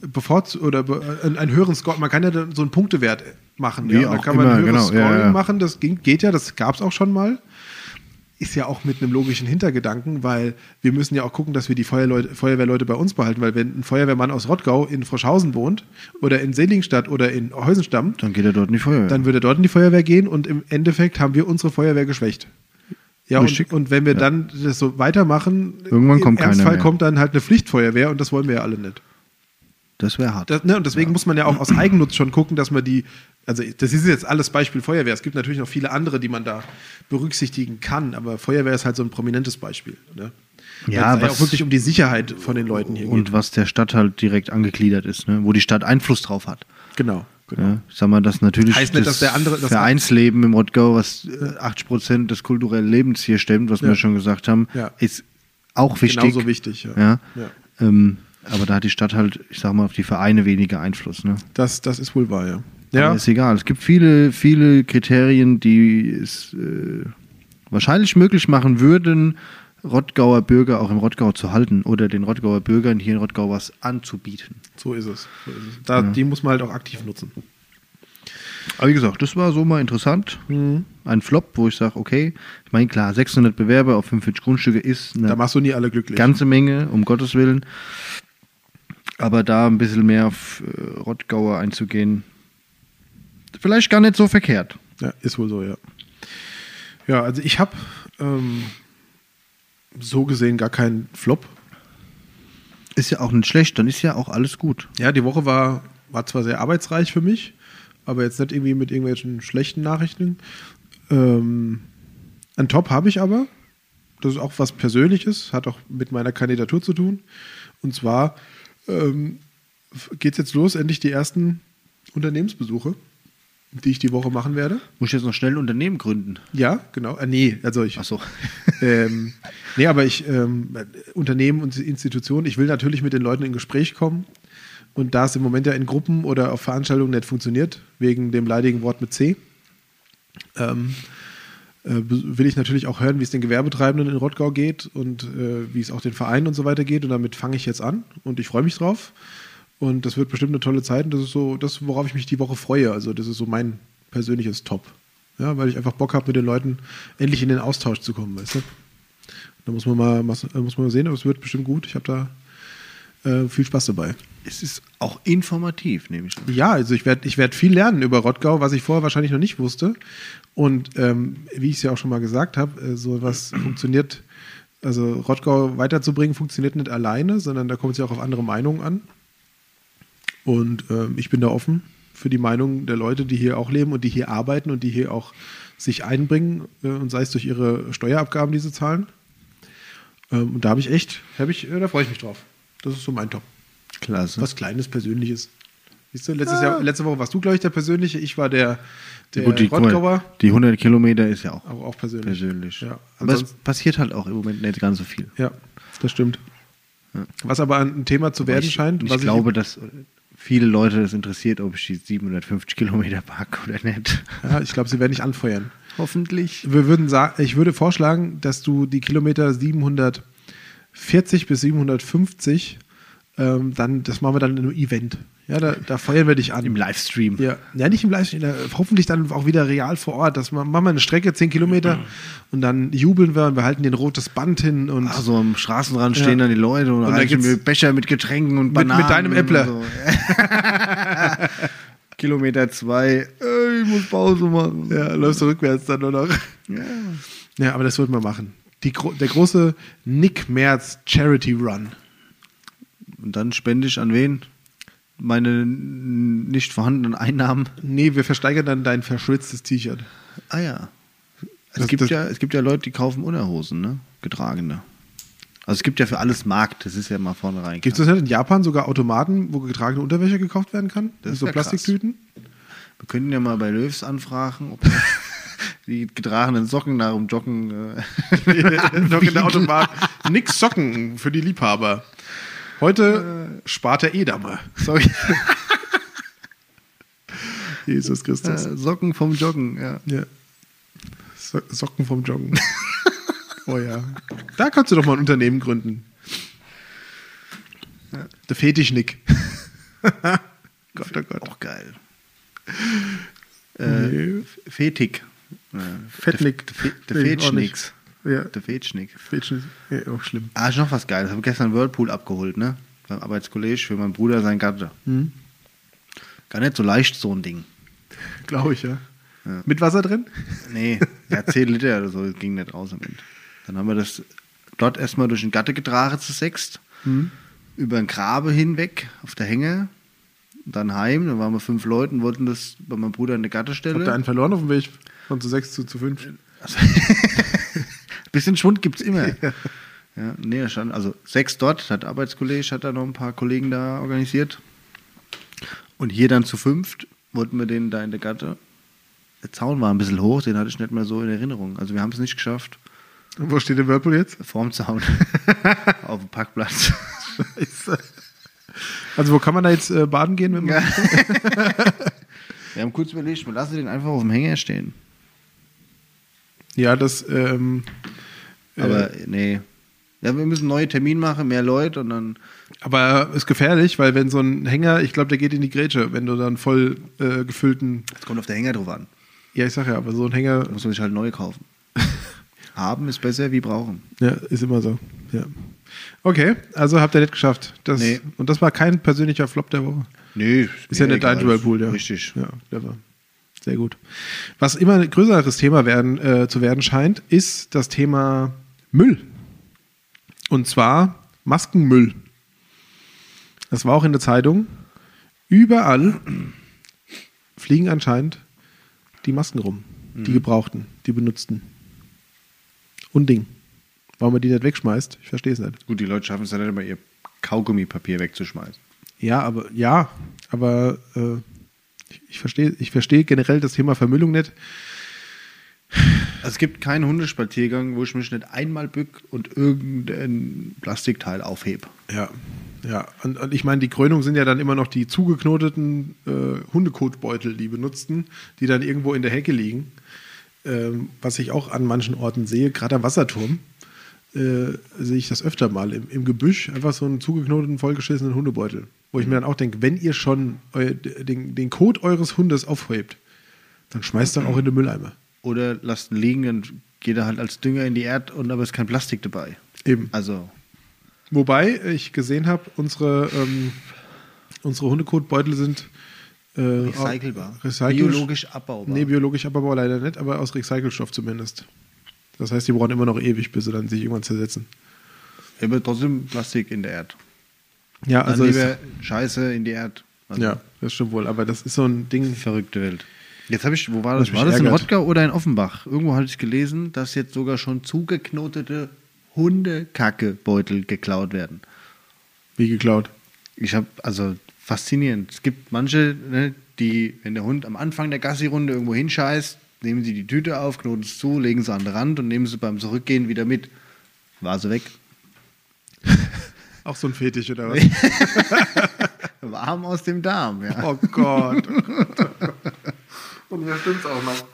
[SPEAKER 2] bevorzu oder be äh, einen höheren Score. Man kann ja dann so einen Punktewert machen.
[SPEAKER 3] Wie
[SPEAKER 2] ja? Da
[SPEAKER 3] auch
[SPEAKER 2] kann man ein
[SPEAKER 3] immer,
[SPEAKER 2] höheres
[SPEAKER 3] genau, ja,
[SPEAKER 2] Scoring
[SPEAKER 3] ja.
[SPEAKER 2] machen. Das ging, geht ja, das gab es auch schon mal. Ist ja auch mit einem logischen Hintergedanken, weil wir müssen ja auch gucken, dass wir die Feuerleute, Feuerwehrleute bei uns behalten, weil wenn ein Feuerwehrmann aus Rottgau in Froschhausen wohnt oder in Selingstadt oder in Heusenstamm,
[SPEAKER 3] Dann geht er dort in die Feuerwehr.
[SPEAKER 2] dann würde dort in die Feuerwehr gehen und im Endeffekt haben wir unsere Feuerwehr geschwächt. Ja, und,
[SPEAKER 3] Richtig.
[SPEAKER 2] und wenn wir dann das so weitermachen,
[SPEAKER 3] Irgendwann kommt
[SPEAKER 2] im
[SPEAKER 3] keiner
[SPEAKER 2] Ernstfall
[SPEAKER 3] mehr.
[SPEAKER 2] kommt dann halt eine Pflichtfeuerwehr und das wollen wir ja alle nicht.
[SPEAKER 3] das wäre hart.
[SPEAKER 2] Das, ne, und deswegen muss man ja auch aus Eigennutz schon gucken, dass man die, also das ist jetzt alles Beispiel Feuerwehr. Es gibt natürlich noch viele andere, die man da berücksichtigen kann, aber Feuerwehr ist halt so ein prominentes Beispiel. Ne?
[SPEAKER 3] Ja,
[SPEAKER 2] Weil es
[SPEAKER 3] was-
[SPEAKER 2] auch wirklich um die Sicherheit von den Leuten hier
[SPEAKER 3] und
[SPEAKER 2] geht.
[SPEAKER 3] was der Stadt halt direkt angegliedert ist, ne? wo die Stadt Einfluss drauf hat.
[SPEAKER 2] Genau. genau.
[SPEAKER 3] Ja, ich sag mal, dass natürlich
[SPEAKER 2] Heißt nicht, dass der andere- das-
[SPEAKER 3] Vereinsleben im Rottgau, was äh, 80 Prozent des kulturellen Lebens hier stemmt, was
[SPEAKER 2] Ja.
[SPEAKER 3] wir schon gesagt haben,
[SPEAKER 2] Ja.
[SPEAKER 3] ist auch wichtig.
[SPEAKER 2] Genauso wichtig. Ja.
[SPEAKER 3] Ja.
[SPEAKER 2] Ja.
[SPEAKER 3] Ähm, aber da hat die Stadt halt, ich sag mal, auf die Vereine weniger Einfluss. Ne?
[SPEAKER 2] Das, das ist wohl wahr, ja.
[SPEAKER 3] Aber ist egal. Es gibt viele, viele Kriterien, die es äh, wahrscheinlich möglich machen würden, Rottgauer Bürger auch im Rottgau zu halten oder den Rottgauer Bürgern hier in Rottgau was anzubieten.
[SPEAKER 2] So ist es. So ist es. Da, Die muss man halt auch aktiv nutzen.
[SPEAKER 3] Aber wie gesagt, das war so mal interessant. Ein Flop, wo ich sage, okay, ich meine, klar, 600 Bewerber auf 45 Grundstücke ist
[SPEAKER 2] Da
[SPEAKER 3] eine
[SPEAKER 2] machst du nie alle glücklich.
[SPEAKER 3] ganze Menge, um Gottes Willen. Aber da ein bisschen mehr auf äh, Rottgauer einzugehen, vielleicht gar nicht so verkehrt.
[SPEAKER 2] ja, ist wohl so, ja. Ja, also ich habe ähm, so gesehen gar keinen Flop.
[SPEAKER 3] Ist ja auch nicht schlecht, dann ist ja auch alles gut.
[SPEAKER 2] Ja, die Woche war, war zwar sehr arbeitsreich für mich, aber jetzt nicht irgendwie mit irgendwelchen schlechten Nachrichten. Ähm, ein Top habe ich aber. Das ist auch was Persönliches, hat auch mit meiner Kandidatur zu tun. Und zwar ähm, geht es jetzt los, endlich die ersten Unternehmensbesuche, die ich die Woche machen werde.
[SPEAKER 3] Muss ich jetzt noch schnell ein Unternehmen gründen?
[SPEAKER 2] Ja, genau. Äh, nee, also ich.
[SPEAKER 3] Achso.
[SPEAKER 2] Ähm, nee, aber ich, ähm, Unternehmen und Institutionen, ich will natürlich mit den Leuten in Gespräch kommen. Und da es im Moment ja in Gruppen oder auf Veranstaltungen nicht funktioniert, wegen dem leidigen Wort mit C, ähm, äh, be- will ich natürlich auch hören, wie es den Gewerbetreibenden in Rottgau geht und äh, wie es auch den Vereinen und so weiter geht. Und damit fange ich jetzt an und ich freue mich drauf. Und das wird bestimmt eine tolle Zeit. Und das ist so das, worauf ich mich die Woche freue. Also, das ist so mein persönliches Top. Ja, weil ich einfach Bock habe, mit den Leuten endlich in den Austausch zu kommen, weißt du? Da muss man mal, muss man mal sehen, aber es wird bestimmt gut. Ich habe da äh, viel Spaß dabei.
[SPEAKER 3] Es ist auch informativ, nehme ich. an.
[SPEAKER 2] Ja, also ich werde ich werd viel lernen über Rottgau, was ich vorher wahrscheinlich noch nicht wusste. Und ähm, wie ich es ja auch schon mal gesagt habe, äh, sowas funktioniert, also Rottgau weiterzubringen, funktioniert nicht alleine, sondern da kommt es ja auch auf andere Meinungen an. Und ähm, ich bin da offen für die Meinung der Leute, die hier auch leben und die hier arbeiten und die hier auch sich einbringen, äh, und sei es durch ihre Steuerabgaben, die sie zahlen. Ähm, und da habe ich echt, hab ich, äh, da freue ich mich drauf. Das ist so mein Top
[SPEAKER 3] Klasse.
[SPEAKER 2] was Kleines, Persönliches. Siehst du, letztes
[SPEAKER 3] Ah.
[SPEAKER 2] Jahr, letzte Woche warst du, glaube ich, der Persönliche. Ich war der, der
[SPEAKER 3] Gut, die, guck mal,
[SPEAKER 2] Rottgauer,
[SPEAKER 3] die 100 Kilometer ist ja auch
[SPEAKER 2] aber auch persönlich.
[SPEAKER 3] persönlich.
[SPEAKER 2] Ja,
[SPEAKER 3] Aber es
[SPEAKER 2] ansonsten-
[SPEAKER 3] passiert halt auch im Moment nicht ganz so viel.
[SPEAKER 2] Ja, das stimmt. Was aber ein Thema zu werden
[SPEAKER 3] ich,
[SPEAKER 2] scheint.
[SPEAKER 3] Ich
[SPEAKER 2] was
[SPEAKER 3] glaube, dass viele Leute das interessiert, ob ich die 750 Kilometer park oder nicht.
[SPEAKER 2] Ich, ja, ich glaube, sie werden nicht anfeuern.
[SPEAKER 3] Hoffentlich.
[SPEAKER 2] Wir würden sagen, ich würde vorschlagen, dass du die Kilometer 740 bis 750, ähm, dann, das machen wir dann in einem Event. Ja, da, da feuern wir dich an.
[SPEAKER 3] Im Livestream.
[SPEAKER 2] Ja, ja nicht im Livestream, da- hoffentlich dann auch wieder real vor Ort. Dass man, machen wir eine Strecke, 10 Kilometer,
[SPEAKER 3] Mhm.
[SPEAKER 2] und dann jubeln wir und wir halten den rotes Band hin und
[SPEAKER 3] Ach, so am Straßenrand
[SPEAKER 2] Ja.
[SPEAKER 3] stehen dann die Leute und,
[SPEAKER 2] Und da
[SPEAKER 3] reichen
[SPEAKER 2] gibt's-
[SPEAKER 3] mir Becher mit Getränken und
[SPEAKER 2] mit
[SPEAKER 3] Bananen.
[SPEAKER 2] deinem
[SPEAKER 3] und
[SPEAKER 2] Äppler.
[SPEAKER 3] So. Kilometer zwei. Äh, ich muss Pause machen.
[SPEAKER 2] ja, läufst du rückwärts dann nur noch.
[SPEAKER 3] Ja.
[SPEAKER 2] Ja, aber das würden wir machen. Die, gro- der große Nick Merz Charity Run.
[SPEAKER 3] Und dann spende ich an wen? Meine n- nicht vorhandenen Einnahmen.
[SPEAKER 2] Nee, wir versteigern dann dein verschwitztes T-Shirt.
[SPEAKER 3] Ah ja. Es,
[SPEAKER 2] Das-
[SPEAKER 3] gibt
[SPEAKER 2] das-
[SPEAKER 3] ja. es gibt ja Leute, die kaufen Unterhosen, ne? Getragene. Also es gibt ja für alles Markt, das ist ja mal vornherein.
[SPEAKER 2] Gibt es nicht in Japan sogar Automaten, wo getragene Unterwäsche gekauft werden kann?
[SPEAKER 3] Das
[SPEAKER 2] Mit so
[SPEAKER 3] wär krass.
[SPEAKER 2] Plastiktüten?
[SPEAKER 3] Wir könnten ja mal bei Löws anfragen, ob er die getragenen Socken nach dem Joggen. Äh,
[SPEAKER 2] Doch in der Automat. Nix Socken für die Liebhaber. Heute spart der Edamer.
[SPEAKER 3] sorry,
[SPEAKER 2] Jesus Christus.
[SPEAKER 3] äh, Socken vom Joggen, ja.
[SPEAKER 2] Ja. So Socken vom Joggen. oh ja. Da kannst du doch mal ein Unternehmen gründen. Der Fetischnick. Gott, oh Gott.
[SPEAKER 3] Auch geil. Äh,
[SPEAKER 2] Nee.
[SPEAKER 3] F- Fetig. Äh,
[SPEAKER 2] Fettnick.
[SPEAKER 3] Der, Fe- der
[SPEAKER 2] Nee, auch
[SPEAKER 3] Fetschnicks.
[SPEAKER 2] nicht. Ja.
[SPEAKER 3] Der Fetschnick.
[SPEAKER 2] Fetischnick. Ja, auch schlimm.
[SPEAKER 3] Ah, ist noch was Geiles. Ich habe gestern Whirlpool abgeholt, ne? Beim Arbeitskolleg für meinen Bruder, sein Gatte.
[SPEAKER 2] Hm?
[SPEAKER 3] Gar nicht so leicht, so ein Ding.
[SPEAKER 2] Glaube ich, ja. Mit Wasser drin?
[SPEAKER 3] Nee, ja, 10 Liter oder so, ging nicht aus am Ende. Dann haben wir das dort erstmal durch den Gatte getragen zu sechst,
[SPEAKER 2] Hm?
[SPEAKER 3] über den Grabe hinweg auf der Hänge, dann heim, dann waren wir fünf Leute und wollten das bei meinem Bruder in der
[SPEAKER 2] Habt ihr
[SPEAKER 3] Gattestelle.
[SPEAKER 2] einen verloren auf dem Weg? Von zu 6 zu, zu 5.
[SPEAKER 3] Also, Bisschen Schwund gibt's immer. Ja, nee, da stand, also sechs dort, hat Arbeitskolleg, hat da noch ein paar Kollegen da organisiert. Und hier dann zu fünft wollten wir den da in der Gatte. Der Zaun war ein bisschen hoch, den hatte ich nicht mehr so in Erinnerung. Also wir haben es nicht geschafft.
[SPEAKER 2] Und wo steht der Whirlpool jetzt?
[SPEAKER 3] Vorm Zaun. auf dem Parkplatz.
[SPEAKER 2] Scheiße. Also, wo kann man da jetzt äh, baden gehen? Wenn man
[SPEAKER 3] Wir haben kurz überlegt, wir lassen den einfach auf dem Hänger stehen.
[SPEAKER 2] Ja, das. Ähm,
[SPEAKER 3] Aber nee. Ja, wir müssen einen neuen Termin machen, mehr Leute und dann.
[SPEAKER 2] Aber ist gefährlich, weil wenn so ein Hänger, ich glaube, der geht in die Grätsche, wenn du dann voll äh, gefüllten,
[SPEAKER 3] Es kommt auf der Hänger drauf an.
[SPEAKER 2] ja, ich sag ja, aber so ein Hänger
[SPEAKER 3] Da muss man sich halt neu kaufen. Haben ist besser wie brauchen.
[SPEAKER 2] ja, ist immer so. Ja. Okay, also habt ihr nicht geschafft. Das,
[SPEAKER 3] Nee.
[SPEAKER 2] Und das war kein persönlicher Flop der Woche.
[SPEAKER 3] Nee.
[SPEAKER 2] Ist ja nicht dein Whirlpool, ja.
[SPEAKER 3] Richtig.
[SPEAKER 2] Ja, clever. Sehr gut. Was immer ein größeres Thema werden, äh, zu werden scheint, ist das Thema Müll. Und zwar Maskenmüll. Das war auch in der Zeitung. Überall fliegen anscheinend die Masken rum. Die gebrauchten, die benutzten. Unding. Warum man die nicht wegschmeißt, ich verstehe es nicht.
[SPEAKER 3] Gut, die Leute schaffen es dann nicht immer, ihr Kaugummipapier wegzuschmeißen.
[SPEAKER 2] Ja, aber ja, aber äh, ich, ich verstehe ich verstehe generell das Thema Vermüllung nicht.
[SPEAKER 3] Also es gibt keinen Hundespaziergang, wo ich mich nicht einmal bück und irgendein Plastikteil aufhebe.
[SPEAKER 2] Ja, ja. Und, und ich meine, die Krönung sind ja dann immer noch die zugeknoteten äh, Hundekotbeutel, die benutzten, die dann irgendwo in der Hecke liegen. Ähm, was ich auch an manchen Orten sehe, gerade am Wasserturm, äh, sehe ich das öfter mal. Im, Im Gebüsch einfach so einen zugeknoteten, vollgeschissenen Hundebeutel. Wo ich mir dann auch denke, wenn ihr schon eu, den, den Kot eures Hundes aufhebt, dann schmeißt dann auch in den Mülleimer.
[SPEAKER 3] Oder lasst ihn liegen, dann geht er halt als Dünger in die Erde und aber ist kein Plastik dabei.
[SPEAKER 2] Eben.
[SPEAKER 3] Also,
[SPEAKER 2] Wobei ich gesehen habe, unsere, ähm, unsere Hundekotbeutel sind äh,
[SPEAKER 3] recycelbar.
[SPEAKER 2] au- recycel-
[SPEAKER 3] Biologisch abbaubar.
[SPEAKER 2] Nee, biologisch abbaubar leider nicht, aber aus Recycelstoff zumindest. Das heißt, die brauchen immer noch ewig, bis sie dann sich irgendwann zersetzen.
[SPEAKER 3] aber trotzdem Plastik in der Erde.
[SPEAKER 2] Ja,
[SPEAKER 3] Also
[SPEAKER 2] also.
[SPEAKER 3] dann
[SPEAKER 2] Ist,
[SPEAKER 3] lieber Scheiße in die Erde. Also,
[SPEAKER 2] ja, das stimmt wohl, aber das ist so ein Ding.
[SPEAKER 3] Verrückte Welt. Jetzt habe ich, wo war
[SPEAKER 2] Das
[SPEAKER 3] das?
[SPEAKER 2] mich
[SPEAKER 3] War das in
[SPEAKER 2] ärgert.
[SPEAKER 3] Rottgau oder in Offenbach? Irgendwo hatte ich gelesen, dass jetzt sogar schon zugeknotete Hundekackebeutel geklaut werden.
[SPEAKER 2] Wie geklaut.
[SPEAKER 3] Ich habe, also faszinierend. Es gibt manche, ne, die, wenn der Hund am Anfang der Gassi-Runde irgendwo hinscheißt, nehmen sie die Tüte auf, knoten es zu, legen sie an den Rand und nehmen sie beim Zurückgehen wieder mit. War sie weg.
[SPEAKER 2] Auch so ein Fetisch oder was?
[SPEAKER 3] Warm aus dem Darm, ja.
[SPEAKER 2] oh Gott. Und wer stimmt's auch noch?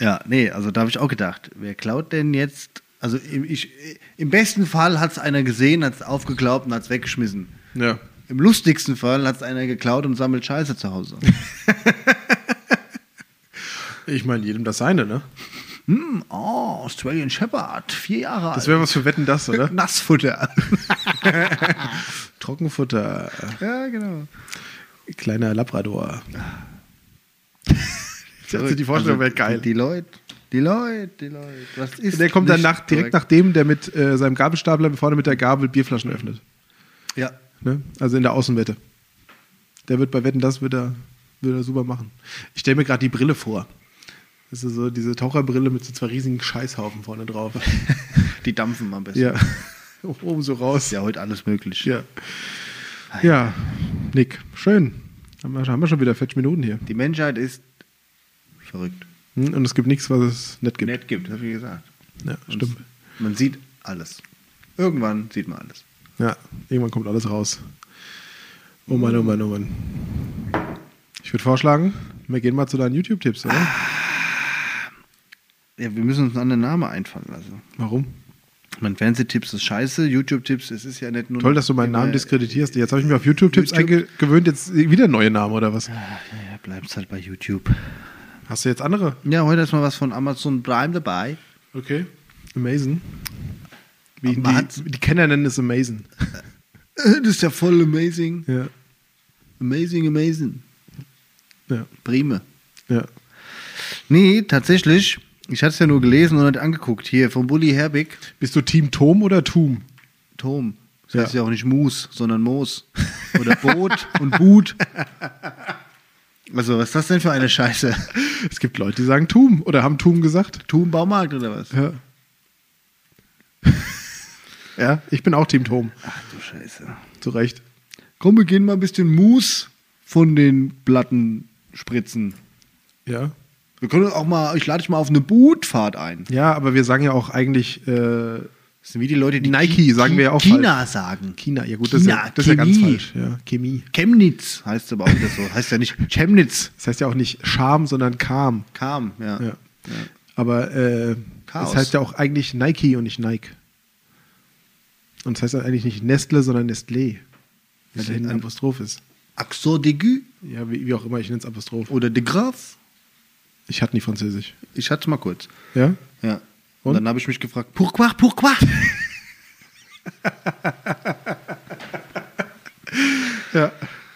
[SPEAKER 3] Ja, nee, also da habe ich auch gedacht, wer klaut denn jetzt? Also im, ich, im besten Fall hat es einer gesehen, hat es aufgeglaubt und hat es weggeschmissen.
[SPEAKER 2] Ja.
[SPEAKER 3] Im lustigsten Fall hat es einer geklaut und sammelt Scheiße zu Hause.
[SPEAKER 2] Ich meine, jedem das seine, ne?
[SPEAKER 3] hm, oh, Australian Shepherd, vier Jahre
[SPEAKER 2] Das
[SPEAKER 3] alt.
[SPEAKER 2] wäre was für Wetten, das, oder?
[SPEAKER 3] Nassfutter.
[SPEAKER 2] Trockenfutter.
[SPEAKER 3] ja, genau.
[SPEAKER 2] Kleiner Labrador. Ich hatte
[SPEAKER 3] Verrückt.
[SPEAKER 2] die Vorstellung wäre
[SPEAKER 3] Also,
[SPEAKER 2] geil.
[SPEAKER 3] Die Leute, die Leute, die Leute. Was ist
[SPEAKER 2] der kommt dann
[SPEAKER 3] nicht
[SPEAKER 2] nach, direkt
[SPEAKER 3] korrekt?
[SPEAKER 2] nachdem der mit äh, seinem Gabelstapler vorne mit der Gabel Bierflaschen öffnet.
[SPEAKER 3] Ja,
[SPEAKER 2] Ne? Also in der Außenwette. Der wird bei Wetten, das wird er, wird er super machen. Ich stelle mir gerade die Brille vor. Das ist so diese Taucherbrille mit so zwei riesigen Scheißhaufen vorne drauf.
[SPEAKER 3] die dampfen am besten.
[SPEAKER 2] ja. Oben so raus.
[SPEAKER 3] Ist ja heute alles möglich.
[SPEAKER 2] Ja. ja. Nick, schön. Haben wir, haben wir schon wieder 40 Minuten hier.
[SPEAKER 3] Die Menschheit ist verrückt.
[SPEAKER 2] Hm, Und es gibt nichts, was es nicht gibt.
[SPEAKER 3] Nett gibt, habe ich gesagt.
[SPEAKER 2] Ja,
[SPEAKER 3] Und
[SPEAKER 2] stimmt.
[SPEAKER 3] Man sieht alles. Irgendwann sieht man alles.
[SPEAKER 2] Ja, irgendwann kommt alles raus. Oh Mann, oh Mann, oh Mann. Ich würde vorschlagen, wir gehen mal zu deinen YouTube-Tipps, oder?
[SPEAKER 3] Ja, wir müssen uns einen anderen Namen einfallen lassen.
[SPEAKER 2] Warum?
[SPEAKER 3] Mein Fernsehtipps ist scheiße, YouTube-Tipps, es ist ja nicht nur.
[SPEAKER 2] Toll, dass du meinen
[SPEAKER 3] immer-
[SPEAKER 2] Namen diskreditierst. Jetzt habe ich mich auf YouTube-Tipps
[SPEAKER 3] YouTube.
[SPEAKER 2] eingewöhnt, jetzt wieder neue Namen oder was?
[SPEAKER 3] Ah, Ja, bleibst halt bei YouTube.
[SPEAKER 2] Hast du jetzt andere?
[SPEAKER 3] Ja, heute ist mal was von Amazon Prime dabei.
[SPEAKER 2] Okay. Amazing. Wie
[SPEAKER 3] Aber hat's-
[SPEAKER 2] die, die Kenner nennen es Amazing.
[SPEAKER 3] Äh, Das ist ja voll amazing.
[SPEAKER 2] Ja.
[SPEAKER 3] Amazing, amazing.
[SPEAKER 2] Ja.
[SPEAKER 3] Prime.
[SPEAKER 2] Ja.
[SPEAKER 3] Nee, tatsächlich. Ich hatte es ja nur gelesen und nicht angeguckt. Hier, von Bully Herbig.
[SPEAKER 2] Bist du Team Tom oder Tum?
[SPEAKER 3] Tom. Das
[SPEAKER 2] Ja.
[SPEAKER 3] heißt ja auch nicht Moos, sondern Moos. Oder Boot und Boot. Also, was ist das denn für eine Scheiße?
[SPEAKER 2] Es gibt Leute, die sagen Tum oder haben Tum gesagt.
[SPEAKER 3] Thun Baumarkt oder was?
[SPEAKER 2] Ja. ja, ich bin auch Team Tom.
[SPEAKER 3] Ach du Scheiße.
[SPEAKER 2] Zu Recht.
[SPEAKER 3] Komm, wir gehen mal ein bisschen Moos von den Platten spritzen.
[SPEAKER 2] Ja.
[SPEAKER 3] Wir können auch mal, ich lade dich mal auf eine Bootfahrt ein.
[SPEAKER 2] Ja, aber wir sagen ja auch eigentlich äh,
[SPEAKER 3] Das sind wie die Leute, die
[SPEAKER 2] Nike,
[SPEAKER 3] Ki-
[SPEAKER 2] sagen wir ja auch
[SPEAKER 3] China sagen.
[SPEAKER 2] China. Ja gut, das ist ja,
[SPEAKER 3] China,
[SPEAKER 2] das ist ja ganz
[SPEAKER 3] Chemie.
[SPEAKER 2] falsch. Ja, Chemie.
[SPEAKER 3] Chemnitz heißt es aber auch nicht so. Heißt ja nicht Chemnitz.
[SPEAKER 2] Das heißt ja auch nicht Scham, sondern Kam.
[SPEAKER 3] Kam, ja.
[SPEAKER 2] Ja. Aber äh,
[SPEAKER 3] Chaos.
[SPEAKER 2] das heißt ja auch eigentlich Nike und nicht Nike. Und das heißt ja eigentlich nicht Nestle, sondern Nestlé. Weil da hinten ein Apostroph ist.
[SPEAKER 3] Axor de Gu
[SPEAKER 2] Ja, wie, wie auch immer, ich nenne es Apostroph.
[SPEAKER 3] oder de Graf.
[SPEAKER 2] Ich hatte nie Französisch.
[SPEAKER 3] Ich hatte es mal kurz.
[SPEAKER 2] Ja?
[SPEAKER 3] Ja. Und,
[SPEAKER 2] Und?
[SPEAKER 3] dann habe ich mich gefragt, pourquoi, pourquoi?
[SPEAKER 2] Ja.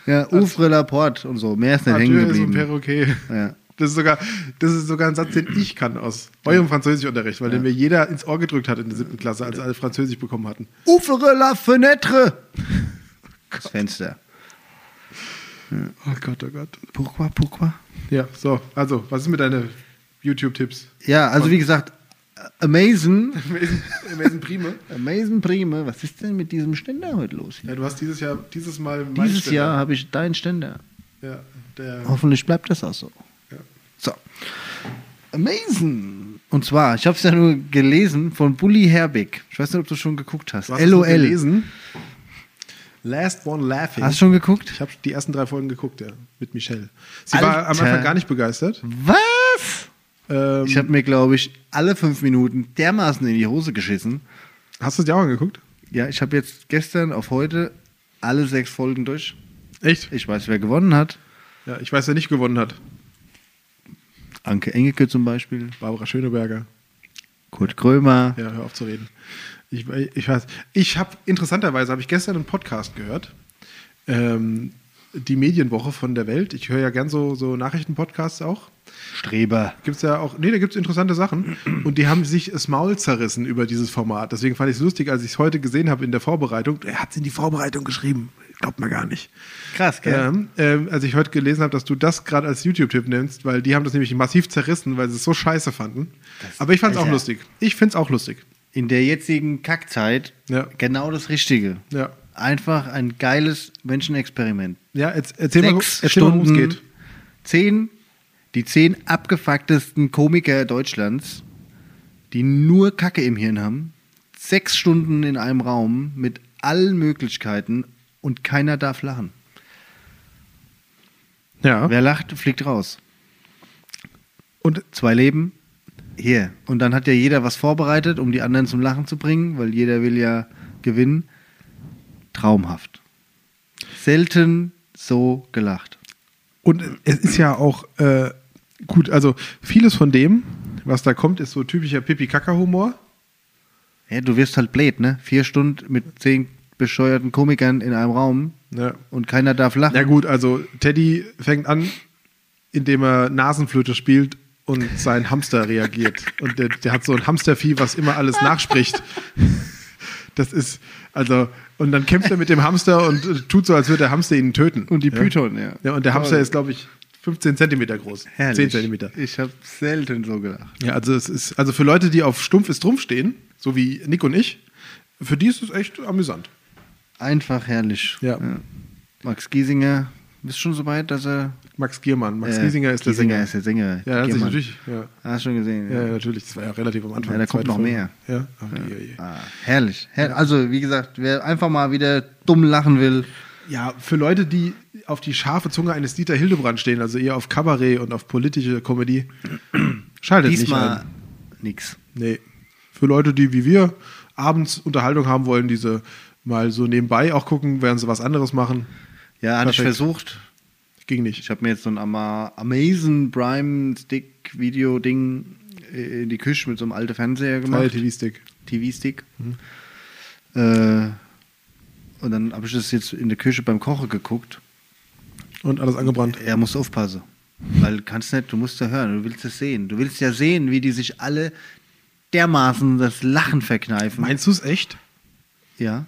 [SPEAKER 3] Ja, Ouvre la porte und so. Mehr ist nicht hängen
[SPEAKER 2] Adieu ist ein
[SPEAKER 3] geblieben.
[SPEAKER 2] Perroquet.
[SPEAKER 3] Ja.
[SPEAKER 2] Das ist, sogar, das ist sogar ein Satz, den ich kann aus eurem Französischunterricht, weil den mir jeder ins Ohr gedrückt hat in der siebten Klasse, als alle Französisch bekommen hatten.
[SPEAKER 3] Ouvre la fenêtre. Das Fenster.
[SPEAKER 2] Oh Gott, oh Gott.
[SPEAKER 3] Pourquoi, pourquoi?
[SPEAKER 2] Ja, so. Also, was ist mit deinen YouTube-Tipps?
[SPEAKER 3] Ja, also wie gesagt, Amazon.
[SPEAKER 2] Amazing Prime.
[SPEAKER 3] Amazon Prime, was ist denn mit diesem Ständer heute los? Hier?
[SPEAKER 2] Ja, du hast dieses Jahr, dieses Mal mein
[SPEAKER 3] Dieses
[SPEAKER 2] Ständer.
[SPEAKER 3] Jahr Oh. habe ich deinen Ständer.
[SPEAKER 2] Ja, der,
[SPEAKER 3] Hoffentlich bleibt das auch so.
[SPEAKER 2] Ja.
[SPEAKER 3] So. Amazing. Und zwar, ich habe es ja nur gelesen von Bully Herbig. Ich weiß nicht, ob du schon geguckt hast.
[SPEAKER 2] Du hast es
[SPEAKER 3] LOL.
[SPEAKER 2] nur gelesen? Last One Laughing.
[SPEAKER 3] Hast du schon geguckt?
[SPEAKER 2] ich habe die ersten drei Folgen geguckt, ja, mit Michelle. Sie
[SPEAKER 3] Alter.
[SPEAKER 2] war am Anfang gar nicht begeistert.
[SPEAKER 3] Was?
[SPEAKER 2] Ähm,
[SPEAKER 3] Ich habe mir, glaube ich, alle fünf Minuten dermaßen in die Hose geschissen.
[SPEAKER 2] hast du es dir auch angeguckt?
[SPEAKER 3] Ja, ich habe jetzt gestern auf heute alle sechs Folgen durch.
[SPEAKER 2] Echt?
[SPEAKER 3] Ich weiß, wer gewonnen hat.
[SPEAKER 2] Ja, ich weiß, wer nicht gewonnen hat.
[SPEAKER 3] Anke Engelke zum Beispiel,
[SPEAKER 2] Barbara Schöneberger.
[SPEAKER 3] Kurt Krömer.
[SPEAKER 2] Ja, hör auf zu reden. Ich, ich weiß. Ich habe interessanterweise habe ich gestern einen Podcast gehört. Ähm, die Medienwoche von der Welt. Ich höre ja gern so, so Nachrichtenpodcasts auch.
[SPEAKER 3] Streber.
[SPEAKER 2] Gibt's ja auch, nee, da gibt's interessante Sachen. Und die haben sich das Maul zerrissen über dieses Format. Deswegen fand ich es lustig, als ich es heute gesehen habe in der Vorbereitung. Er hat es in die Vorbereitung geschrieben. Glaubt man gar nicht.
[SPEAKER 3] Krass, gell?
[SPEAKER 2] Ähm, ähm, als ich heute gelesen habe, dass du das gerade als YouTube-Tipp nimmst, weil die haben das nämlich massiv zerrissen, weil sie es so scheiße fanden. Aber ich fand es auch
[SPEAKER 3] Alter.
[SPEAKER 2] lustig. Ich finde es auch lustig.
[SPEAKER 3] In der jetzigen Kackzeit
[SPEAKER 2] Ja.
[SPEAKER 3] genau das Richtige.
[SPEAKER 2] Ja.
[SPEAKER 3] Einfach ein geiles Menschenexperiment.
[SPEAKER 2] Ja, jetzt erzähl mal,
[SPEAKER 3] Sechs
[SPEAKER 2] erzähl mal, worum
[SPEAKER 3] Stunden,
[SPEAKER 2] es geht.
[SPEAKER 3] zehn, die zehn abgefucktesten Komiker Deutschlands, die nur Kacke im Hirn haben, sechs Stunden in einem Raum mit allen Möglichkeiten und keiner darf lachen.
[SPEAKER 2] Ja.
[SPEAKER 3] Wer lacht, fliegt raus.
[SPEAKER 2] Und
[SPEAKER 3] Zwei Leben, hier. Und dann hat ja jeder was vorbereitet, um die anderen zum Lachen zu bringen, weil jeder will ja gewinnen. Traumhaft. Selten so gelacht.
[SPEAKER 2] Und es ist ja auch äh, gut, also vieles von dem, was da kommt, ist so typischer Pipi-Kaka-Humor.
[SPEAKER 3] Ja, du wirst halt blöd, ne? Vier Stunden mit zehn bescheuerten Komikern in einem Raum
[SPEAKER 2] Ja.
[SPEAKER 3] und keiner darf lachen.
[SPEAKER 2] Na gut, also Teddy fängt an, indem er Nasenflöte spielt und sein Hamster reagiert. Und der, der hat so ein Hamstervieh, was immer alles nachspricht. Das ist, also, und dann kämpft er mit dem Hamster und äh, tut so, als würde der Hamster ihn töten.
[SPEAKER 3] Und die
[SPEAKER 2] ja.
[SPEAKER 3] Python, ja.
[SPEAKER 2] Ja, und der Hamster
[SPEAKER 3] Toll.
[SPEAKER 2] ist, glaube ich, 15 Zentimeter groß.
[SPEAKER 3] Herrlich.
[SPEAKER 2] 10 Zentimeter.
[SPEAKER 3] Ich habe selten so gelacht.
[SPEAKER 2] Ja, also es ist, also für Leute, die auf stumpf ist Trumpf stehen, so wie Nick und ich, für die ist es echt amüsant.
[SPEAKER 3] Einfach herrlich.
[SPEAKER 2] Ja.
[SPEAKER 3] Max Giesinger, bist schon so weit, dass er.
[SPEAKER 2] Max Giermann, Max
[SPEAKER 3] äh,
[SPEAKER 2] Giesinger ist der Sänger.
[SPEAKER 3] ist der Sänger.
[SPEAKER 2] ja, hat sich
[SPEAKER 3] Giermann.
[SPEAKER 2] natürlich. Ja.
[SPEAKER 3] Hast schon gesehen.
[SPEAKER 2] Ja, ja, natürlich. Das war ja relativ am Anfang.
[SPEAKER 3] Ja, da
[SPEAKER 2] die
[SPEAKER 3] kommt
[SPEAKER 2] zweite
[SPEAKER 3] noch
[SPEAKER 2] Folge.
[SPEAKER 3] mehr.
[SPEAKER 2] Ja. Oh, je, je.
[SPEAKER 3] Ah, herrlich. Herr, also, wie gesagt, wer einfach mal wieder dumm lachen will,
[SPEAKER 2] ja, für Leute, die auf die scharfe Zunge eines Dieter Hildebrand stehen, also eher auf Kabarett und auf politische Comedy, schaltet nicht
[SPEAKER 3] diesmal
[SPEAKER 2] ein.
[SPEAKER 3] nix.
[SPEAKER 2] Nee. Für Leute, die wie wir abends Unterhaltung haben wollen, diese mal so nebenbei auch gucken, während sie was anderes machen,
[SPEAKER 3] Ja, hatte ich
[SPEAKER 2] Perfekt.
[SPEAKER 3] versucht.
[SPEAKER 2] ging nicht.
[SPEAKER 3] Ich habe mir jetzt so ein Ama Amazon Prime Stick Video Ding äh, in die Küche mit so einem alten Fernseher
[SPEAKER 2] Fire
[SPEAKER 3] gemacht.
[SPEAKER 2] TV-Stick.
[SPEAKER 3] TV-Stick.
[SPEAKER 2] Mhm.
[SPEAKER 3] Äh, und dann habe ich das jetzt in der Küche beim Kochen geguckt.
[SPEAKER 2] Und alles angebrannt.
[SPEAKER 3] Er muss aufpassen. Weil kannst nicht, du musst ja hören, du willst es sehen. Du willst ja sehen, wie die sich alle dermaßen das Lachen verkneifen.
[SPEAKER 2] Meinst du es echt?
[SPEAKER 3] ja.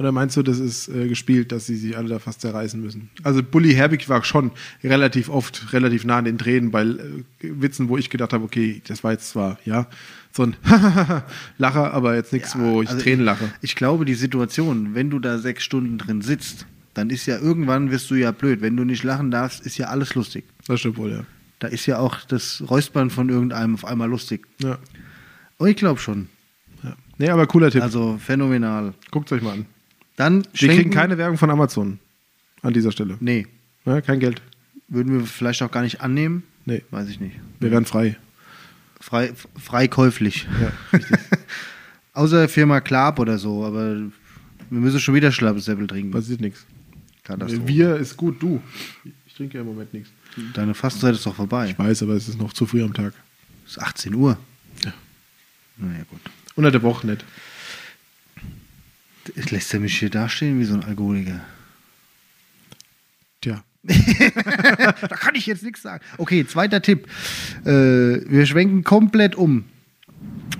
[SPEAKER 2] Oder meinst du, das ist äh, gespielt, dass sie sich alle da fast zerreißen müssen? Also Bully Herbig war schon relativ oft, relativ nah an den Tränen bei äh, Witzen, wo ich gedacht habe, okay, das war jetzt zwar, ja, so ein Lacher, aber jetzt nichts, wo ich
[SPEAKER 3] Also
[SPEAKER 2] Tränen lache.
[SPEAKER 3] Ich glaube, die Situation, wenn du da sechs Stunden drin sitzt, dann ist ja irgendwann wirst du ja blöd. Wenn du nicht lachen darfst, ist ja alles lustig.
[SPEAKER 2] Das stimmt wohl, ja.
[SPEAKER 3] Da ist ja auch das Räuspern von irgendeinem auf einmal lustig.
[SPEAKER 2] ja.
[SPEAKER 3] Oh, ich glaube schon.
[SPEAKER 2] ja. Nee, aber cooler Tipp.
[SPEAKER 3] Also phänomenal.
[SPEAKER 2] Guckt euch mal an.
[SPEAKER 3] Dann
[SPEAKER 2] Wir
[SPEAKER 3] schwenken-
[SPEAKER 2] kriegen keine Werbung von Amazon an dieser Stelle.
[SPEAKER 3] Nee,
[SPEAKER 2] Ja, kein Geld.
[SPEAKER 3] würden wir vielleicht auch gar nicht annehmen.
[SPEAKER 2] Nee.
[SPEAKER 3] Weiß ich nicht.
[SPEAKER 2] Wir werden frei.
[SPEAKER 3] Frei, f- freikäuflich.
[SPEAKER 2] Ja, richtig.
[SPEAKER 3] Außer Firma Klab oder so, aber wir müssen schon wieder Schlappsäppel trinken.
[SPEAKER 2] Passiert nichts. Äh,
[SPEAKER 3] Katastrophe.
[SPEAKER 2] Wir ist gut, du. Ich trinke ja im Moment nichts.
[SPEAKER 3] Deine Fastenzeit ist doch vorbei.
[SPEAKER 2] Ich weiß, aber es ist noch zu früh am Tag.
[SPEAKER 3] Es ist 18 Uhr.
[SPEAKER 2] Ja.
[SPEAKER 3] Naja, gut.
[SPEAKER 2] Unter der Woche nicht.
[SPEAKER 3] Jetzt lässt er mich hier dastehen wie so ein Alkoholiker.
[SPEAKER 2] Tja.
[SPEAKER 3] Da kann ich jetzt nichts sagen. Okay, zweiter Tipp. Äh, wir schwenken komplett um.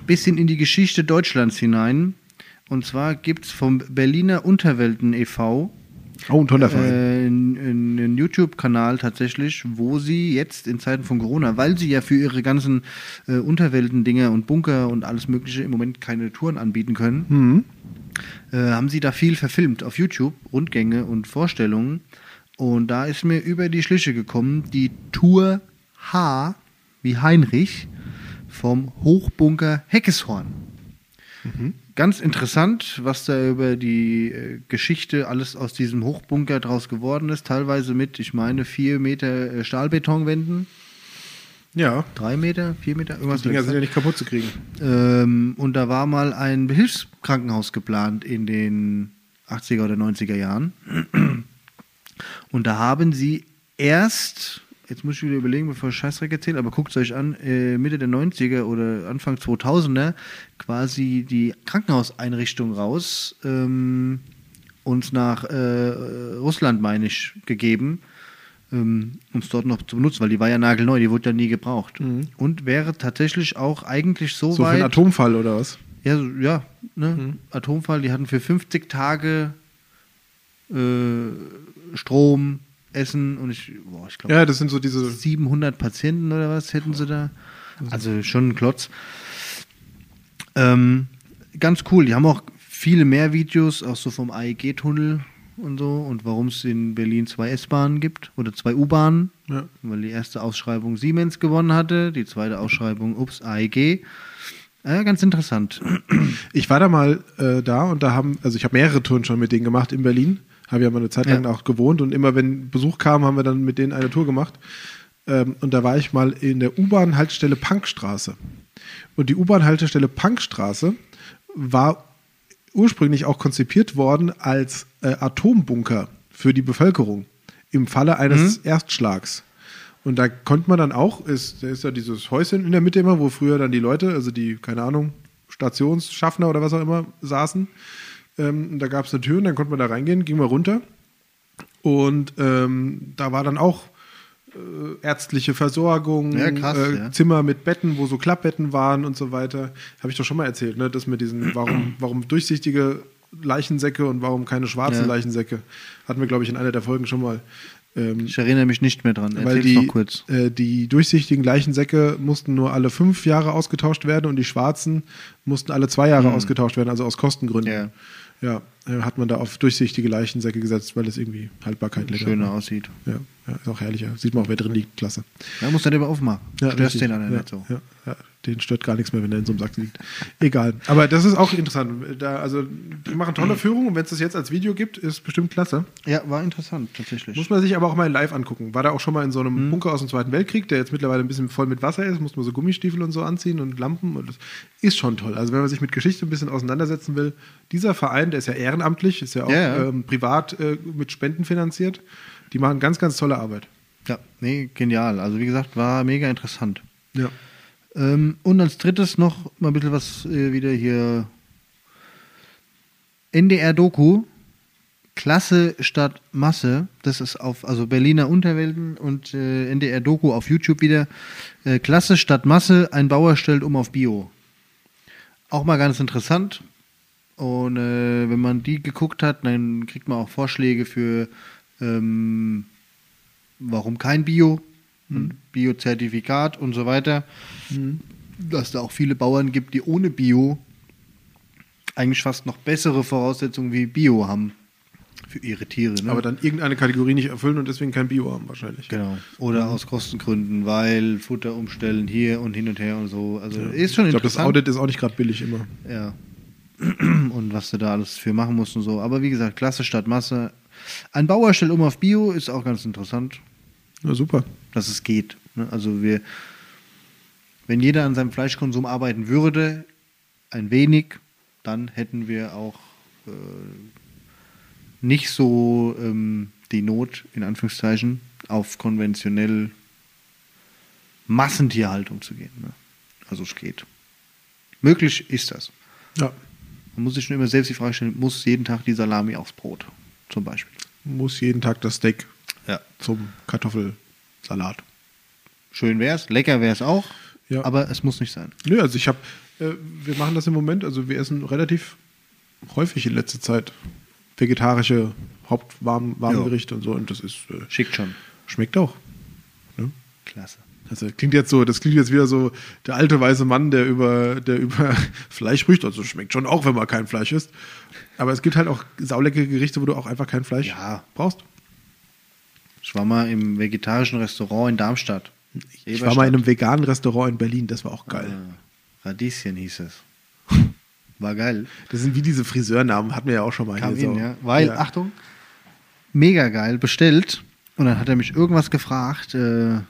[SPEAKER 3] Bisschen in die Geschichte e Deutschlands hinein. Und zwar gibt es vom Berliner Unterwelten e.V.
[SPEAKER 2] Oh, ein toller Verein.
[SPEAKER 3] einen, einen YouTube-Kanal tatsächlich, wo sie jetzt in Zeiten von Corona, weil sie ja für ihre ganzen äh, Unterwelten-Dinger und Bunker und alles Mögliche im Moment keine Touren anbieten können,
[SPEAKER 2] Hm. Mhm.
[SPEAKER 3] äh, haben sie da viel verfilmt auf YouTube, Rundgänge und Vorstellungen. Und da ist mir über die Schliche gekommen, die Tour H, wie Heinrich, vom Hochbunker Heckeshorn. Ganz interessant, was da über die äh, Geschichte alles aus diesem Hochbunker draus geworden ist. Teilweise mit, ich meine, vier Meter äh, Stahlbetonwänden.
[SPEAKER 2] Ja,
[SPEAKER 3] Drei Meter, vier Meter, irgendwas.
[SPEAKER 2] die Dinger sind
[SPEAKER 3] gesagt.
[SPEAKER 2] ja nicht kaputt zu kriegen.
[SPEAKER 3] Ähm, und da war mal ein Behilfskrankenhaus geplant in den 80er oder 90er Jahren. Und da haben sie erst, jetzt muss ich wieder überlegen, bevor ich Scheißdreck erzähle, aber guckt es euch an, äh, Mitte der 90er oder Anfang 2000er quasi die Krankenhauseinrichtung raus ähm, und nach äh, Russland, meine ich, gegeben, ähm, um es dort noch zu benutzen, weil die war ja nagelneu, die wurde ja nie gebraucht. Und wäre tatsächlich auch eigentlich so,
[SPEAKER 2] So für
[SPEAKER 3] weit...
[SPEAKER 2] einen Atomfall oder was?
[SPEAKER 3] Ja, so- ja ne?
[SPEAKER 2] Mhm.
[SPEAKER 3] Atomfall, die hatten für 50 Tage äh, Strom, Essen und ich, boah, ich glaube,
[SPEAKER 2] Ja, das sind so diese
[SPEAKER 3] 700 Patienten oder was hätten sie da. Also schon ein Klotz. Ähm, ganz cool, die haben auch viele mehr Videos, auch so vom AEG-Tunnel und so und warum es in Berlin zwei S-Bahnen gibt oder zwei U-Bahnen,
[SPEAKER 2] Ja.
[SPEAKER 3] weil die erste Ausschreibung Siemens gewonnen hatte, die zweite Ausschreibung, ups, AEG. Ja, Äh, ganz interessant.
[SPEAKER 2] Ich war da mal äh, da und da haben, also ich habe mehrere Touren schon mit denen gemacht in Berlin. Habe ja mal eine Zeit lang
[SPEAKER 3] Ja.
[SPEAKER 2] auch gewohnt und immer wenn Besuch kam, haben wir dann mit denen eine Tour gemacht. Ähm, und da war ich mal in der U-Bahn-Haltestelle Punkstraße. Und die U-Bahn-Haltestelle Punkstraße war ursprünglich auch konzipiert worden als äh, Atombunker für die Bevölkerung im Falle
[SPEAKER 3] Mhm.
[SPEAKER 2] eines Erstschlags. Und da konnte man dann auch, ist, da ist ja dieses Häuschen in der Mitte immer, wo früher dann die Leute, also die, keine Ahnung, Stationsschaffner oder was auch immer, saßen. Ähm, und da gab es eine Tür und dann konnte man da reingehen, ging mal runter. Und ähm, da war dann auch äh, ärztliche Versorgung,
[SPEAKER 3] Ja, krass,
[SPEAKER 2] äh,
[SPEAKER 3] ja.
[SPEAKER 2] Zimmer mit Betten, wo so Klappbetten waren und so weiter. Habe ich doch schon mal erzählt, ne? Das mit diesen, warum, warum durchsichtige Leichensäcke und warum keine schwarzen
[SPEAKER 3] Ja.
[SPEAKER 2] Leichensäcke. Hatten wir, glaube ich, in einer der Folgen schon mal. Ähm,
[SPEAKER 3] Ich erinnere mich nicht mehr dran.
[SPEAKER 2] weil
[SPEAKER 3] Erzähl's
[SPEAKER 2] die,
[SPEAKER 3] noch kurz.
[SPEAKER 2] Äh, die durchsichtigen Leichensäcke mussten nur alle fünf Jahre ausgetauscht werden und die schwarzen mussten alle zwei Jahre ausgetauscht werden, also aus Kostengründen.
[SPEAKER 3] Mhm. Ja.
[SPEAKER 2] Ja, äh, hat man da auf durchsichtige Leichensäcke gesetzt, weil das irgendwie Haltbarkeit länger
[SPEAKER 3] Schöner aussieht.
[SPEAKER 2] Ja, ja, ist auch herrlicher. Sieht man auch, wer drin liegt. Klasse.
[SPEAKER 3] Da muss er aber aufmachen.
[SPEAKER 2] Ja,
[SPEAKER 3] Störst
[SPEAKER 2] richtig.
[SPEAKER 3] den anderen
[SPEAKER 2] ja,
[SPEAKER 3] nicht so.
[SPEAKER 2] Ja, ja, den stört gar nichts mehr, wenn er in so einem Sack liegt. Egal. Aber das ist auch interessant. Da, also, die machen tolle
[SPEAKER 3] Mhm.
[SPEAKER 2] Führungen und wenn es das jetzt als Video gibt, ist bestimmt klasse.
[SPEAKER 3] Ja, war interessant, tatsächlich.
[SPEAKER 2] Muss man sich aber auch mal in live angucken. War da auch schon mal in so
[SPEAKER 3] Mhm.
[SPEAKER 2] einem Bunker aus dem Zweiten Weltkrieg, der jetzt mittlerweile ein bisschen voll mit Wasser ist, muss man so Gummistiefel und so anziehen und Lampen und das ist schon toll. Also wenn man sich mit Geschichte ein bisschen auseinandersetzen will, dieser Verein, der ist ja ehrenamtlich, ist ja auch
[SPEAKER 3] Ja, ja.
[SPEAKER 2] Ähm, privat äh, mit Spenden finanziert, die machen ganz, ganz tolle Arbeit.
[SPEAKER 3] ja, nee, genial. Also wie gesagt, war mega interessant.
[SPEAKER 2] Ja.
[SPEAKER 3] Ähm, und als drittes noch mal ein bisschen was äh, wieder hier. NDR-Doku. Klasse statt Masse. Das ist auf, also Berliner Unterwelten und äh, NDR-Doku auf YouTube wieder. Äh, Klasse statt Masse. Ein Bauer stellt um auf Bio. Auch mal ganz interessant. Und äh, wenn man die geguckt hat, dann kriegt man auch Vorschläge für ähm, warum kein Bio,
[SPEAKER 2] Mhm.
[SPEAKER 3] und Bio-Zertifikat und so weiter. Dass da auch viele Bauern gibt, die ohne Bio eigentlich fast noch bessere Voraussetzungen wie Bio haben für ihre Tiere. Ne?
[SPEAKER 2] Aber dann irgendeine Kategorie nicht erfüllen und deswegen kein Bio haben wahrscheinlich.
[SPEAKER 3] genau. Oder
[SPEAKER 2] Mhm.
[SPEAKER 3] aus Kostengründen, weil Futter umstellen hier und hin und her und so. Also ist schon
[SPEAKER 2] Ähm, Ich glaube, das
[SPEAKER 3] interessant.
[SPEAKER 2] Audit ist auch nicht gerade billig immer.
[SPEAKER 3] Ja. Und was du da alles für machen musst und so. Aber wie gesagt, Klasse statt Masse. Ein Bauer stellt um auf Bio, ist auch ganz interessant,
[SPEAKER 2] Na, super.
[SPEAKER 3] dass es geht. ne? Also wir, wenn jeder an seinem Fleischkonsum arbeiten würde, ein wenig, dann hätten wir auch äh, nicht so ähm, die Not, in Anführungszeichen, auf konventionell Massentierhaltung zu gehen. Ne? Also es geht. Möglich ist das.
[SPEAKER 2] Ja.
[SPEAKER 3] Man muss sich schon immer selbst die Frage stellen, muss jeden Tag die Salami aufs Brot? Zum Beispiel.
[SPEAKER 2] Muss jeden Tag das Steak
[SPEAKER 3] Ja.
[SPEAKER 2] zum Kartoffelsalat.
[SPEAKER 3] Schön wär's, lecker wär's auch,
[SPEAKER 2] Ja.
[SPEAKER 3] aber es muss nicht sein.
[SPEAKER 2] Nö, also ich habe, äh, wir machen das im Moment, also wir essen relativ häufig in letzter Zeit vegetarische Hauptwarmgericht und so. Und das ist, äh,
[SPEAKER 3] Schickt schon.
[SPEAKER 2] schmeckt auch. ne?
[SPEAKER 3] Klasse.
[SPEAKER 2] Also klingt jetzt so, das klingt jetzt wieder so der alte weiße Mann, der über, der über Fleisch spricht. Also schmeckt schon auch, wenn man kein Fleisch isst. Aber es gibt halt auch sauleckere Gerichte, wo du auch einfach kein Fleisch
[SPEAKER 3] Ja.
[SPEAKER 2] brauchst.
[SPEAKER 3] Ich war mal im vegetarischen Restaurant in Darmstadt.
[SPEAKER 2] Ich war mal in einem veganen Restaurant in Berlin, das war auch geil.
[SPEAKER 3] Mhm. Ah, Radieschen hieß es. War geil.
[SPEAKER 2] Das sind wie diese Friseurnamen, hatten wir ja auch schon mal.
[SPEAKER 3] Kam
[SPEAKER 2] hier
[SPEAKER 3] hin,
[SPEAKER 2] so.
[SPEAKER 3] ja. Weil,
[SPEAKER 2] Ja.
[SPEAKER 3] Achtung, mega geil, bestellt. Und dann hat er mich irgendwas gefragt. Äh,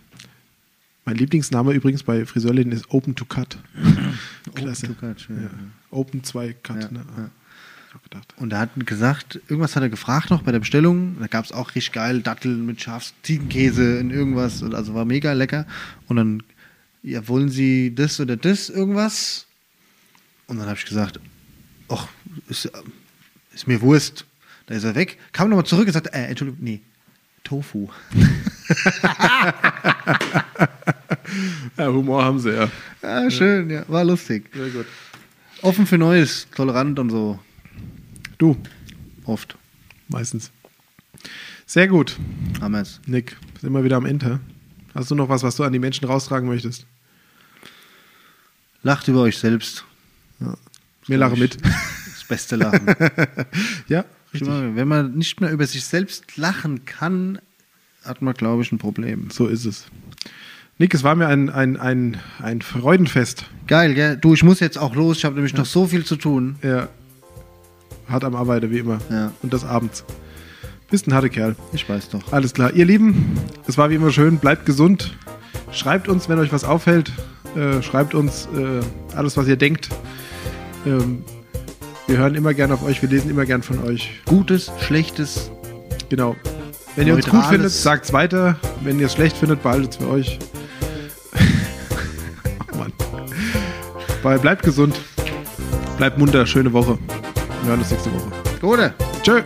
[SPEAKER 2] Mein Lieblingsname übrigens bei Friseurläden ist Open to Cut. Klasse.
[SPEAKER 3] Open to Cut, ja.
[SPEAKER 2] Ja. Open 2 Cut.
[SPEAKER 3] Ja,
[SPEAKER 2] ne?
[SPEAKER 3] ja.
[SPEAKER 2] Hab ich gedacht.
[SPEAKER 3] Und er hat gesagt, irgendwas hat er gefragt noch bei der Bestellung. Da gab es auch richtig geil Datteln mit Schafs, Ziegenkäse und irgendwas. Und also war mega lecker. Und dann, ja, wollen Sie das oder das irgendwas? Und dann habe ich gesagt, ach, ist, äh, ist mir Wurst. Da ist er weg. Kam nochmal zurück und sagte, äh, Entschuldigung, nee, Tofu.
[SPEAKER 2] Ja, Humor haben sie ja.
[SPEAKER 3] Ja, Ah, schön, ja, war lustig.
[SPEAKER 2] Sehr gut.
[SPEAKER 3] Offen für Neues, tolerant und so,
[SPEAKER 2] Du,
[SPEAKER 3] oft.
[SPEAKER 2] meistens. Sehr gut,
[SPEAKER 3] Haben wir es.
[SPEAKER 2] Nick. Sind wir wieder am Ende. Hast du noch was, was du an die Menschen raustragen möchtest?
[SPEAKER 3] Lacht über euch selbst.
[SPEAKER 2] Mir lache mit.
[SPEAKER 3] Das beste Lachen.
[SPEAKER 2] Ja, richtig.
[SPEAKER 3] Wenn man nicht mehr über sich selbst lachen kann, hat man, glaube ich, ein Problem.
[SPEAKER 2] So ist es. Nick, es war mir ein, ein, ein, ein Freudenfest.
[SPEAKER 3] Geil, gell? Du, ich muss jetzt auch los. Ich habe nämlich noch so viel zu tun.
[SPEAKER 2] Er hart am Arbeiten, wie immer.
[SPEAKER 3] Ja.
[SPEAKER 2] Und das abends. Bist ein harter Kerl.
[SPEAKER 3] Ich weiß doch.
[SPEAKER 2] Alles klar. Ihr Lieben, es war wie immer schön. Bleibt gesund. Schreibt uns, wenn euch was auffällt. Äh, schreibt uns äh, alles, was ihr denkt. Ähm, wir hören immer gern auf euch. Wir lesen immer gern von euch.
[SPEAKER 3] Gutes, schlechtes.
[SPEAKER 2] Genau. Wenn ihr uns gut
[SPEAKER 3] Neutrales.
[SPEAKER 2] findet, sagt's weiter. Wenn ihr es schlecht findet, behaltet's für euch. oh Mann. Bei bleibt gesund. Bleibt munter. Schöne Woche. Wir hören uns nächste Woche.
[SPEAKER 3] Oder?
[SPEAKER 2] Tschö.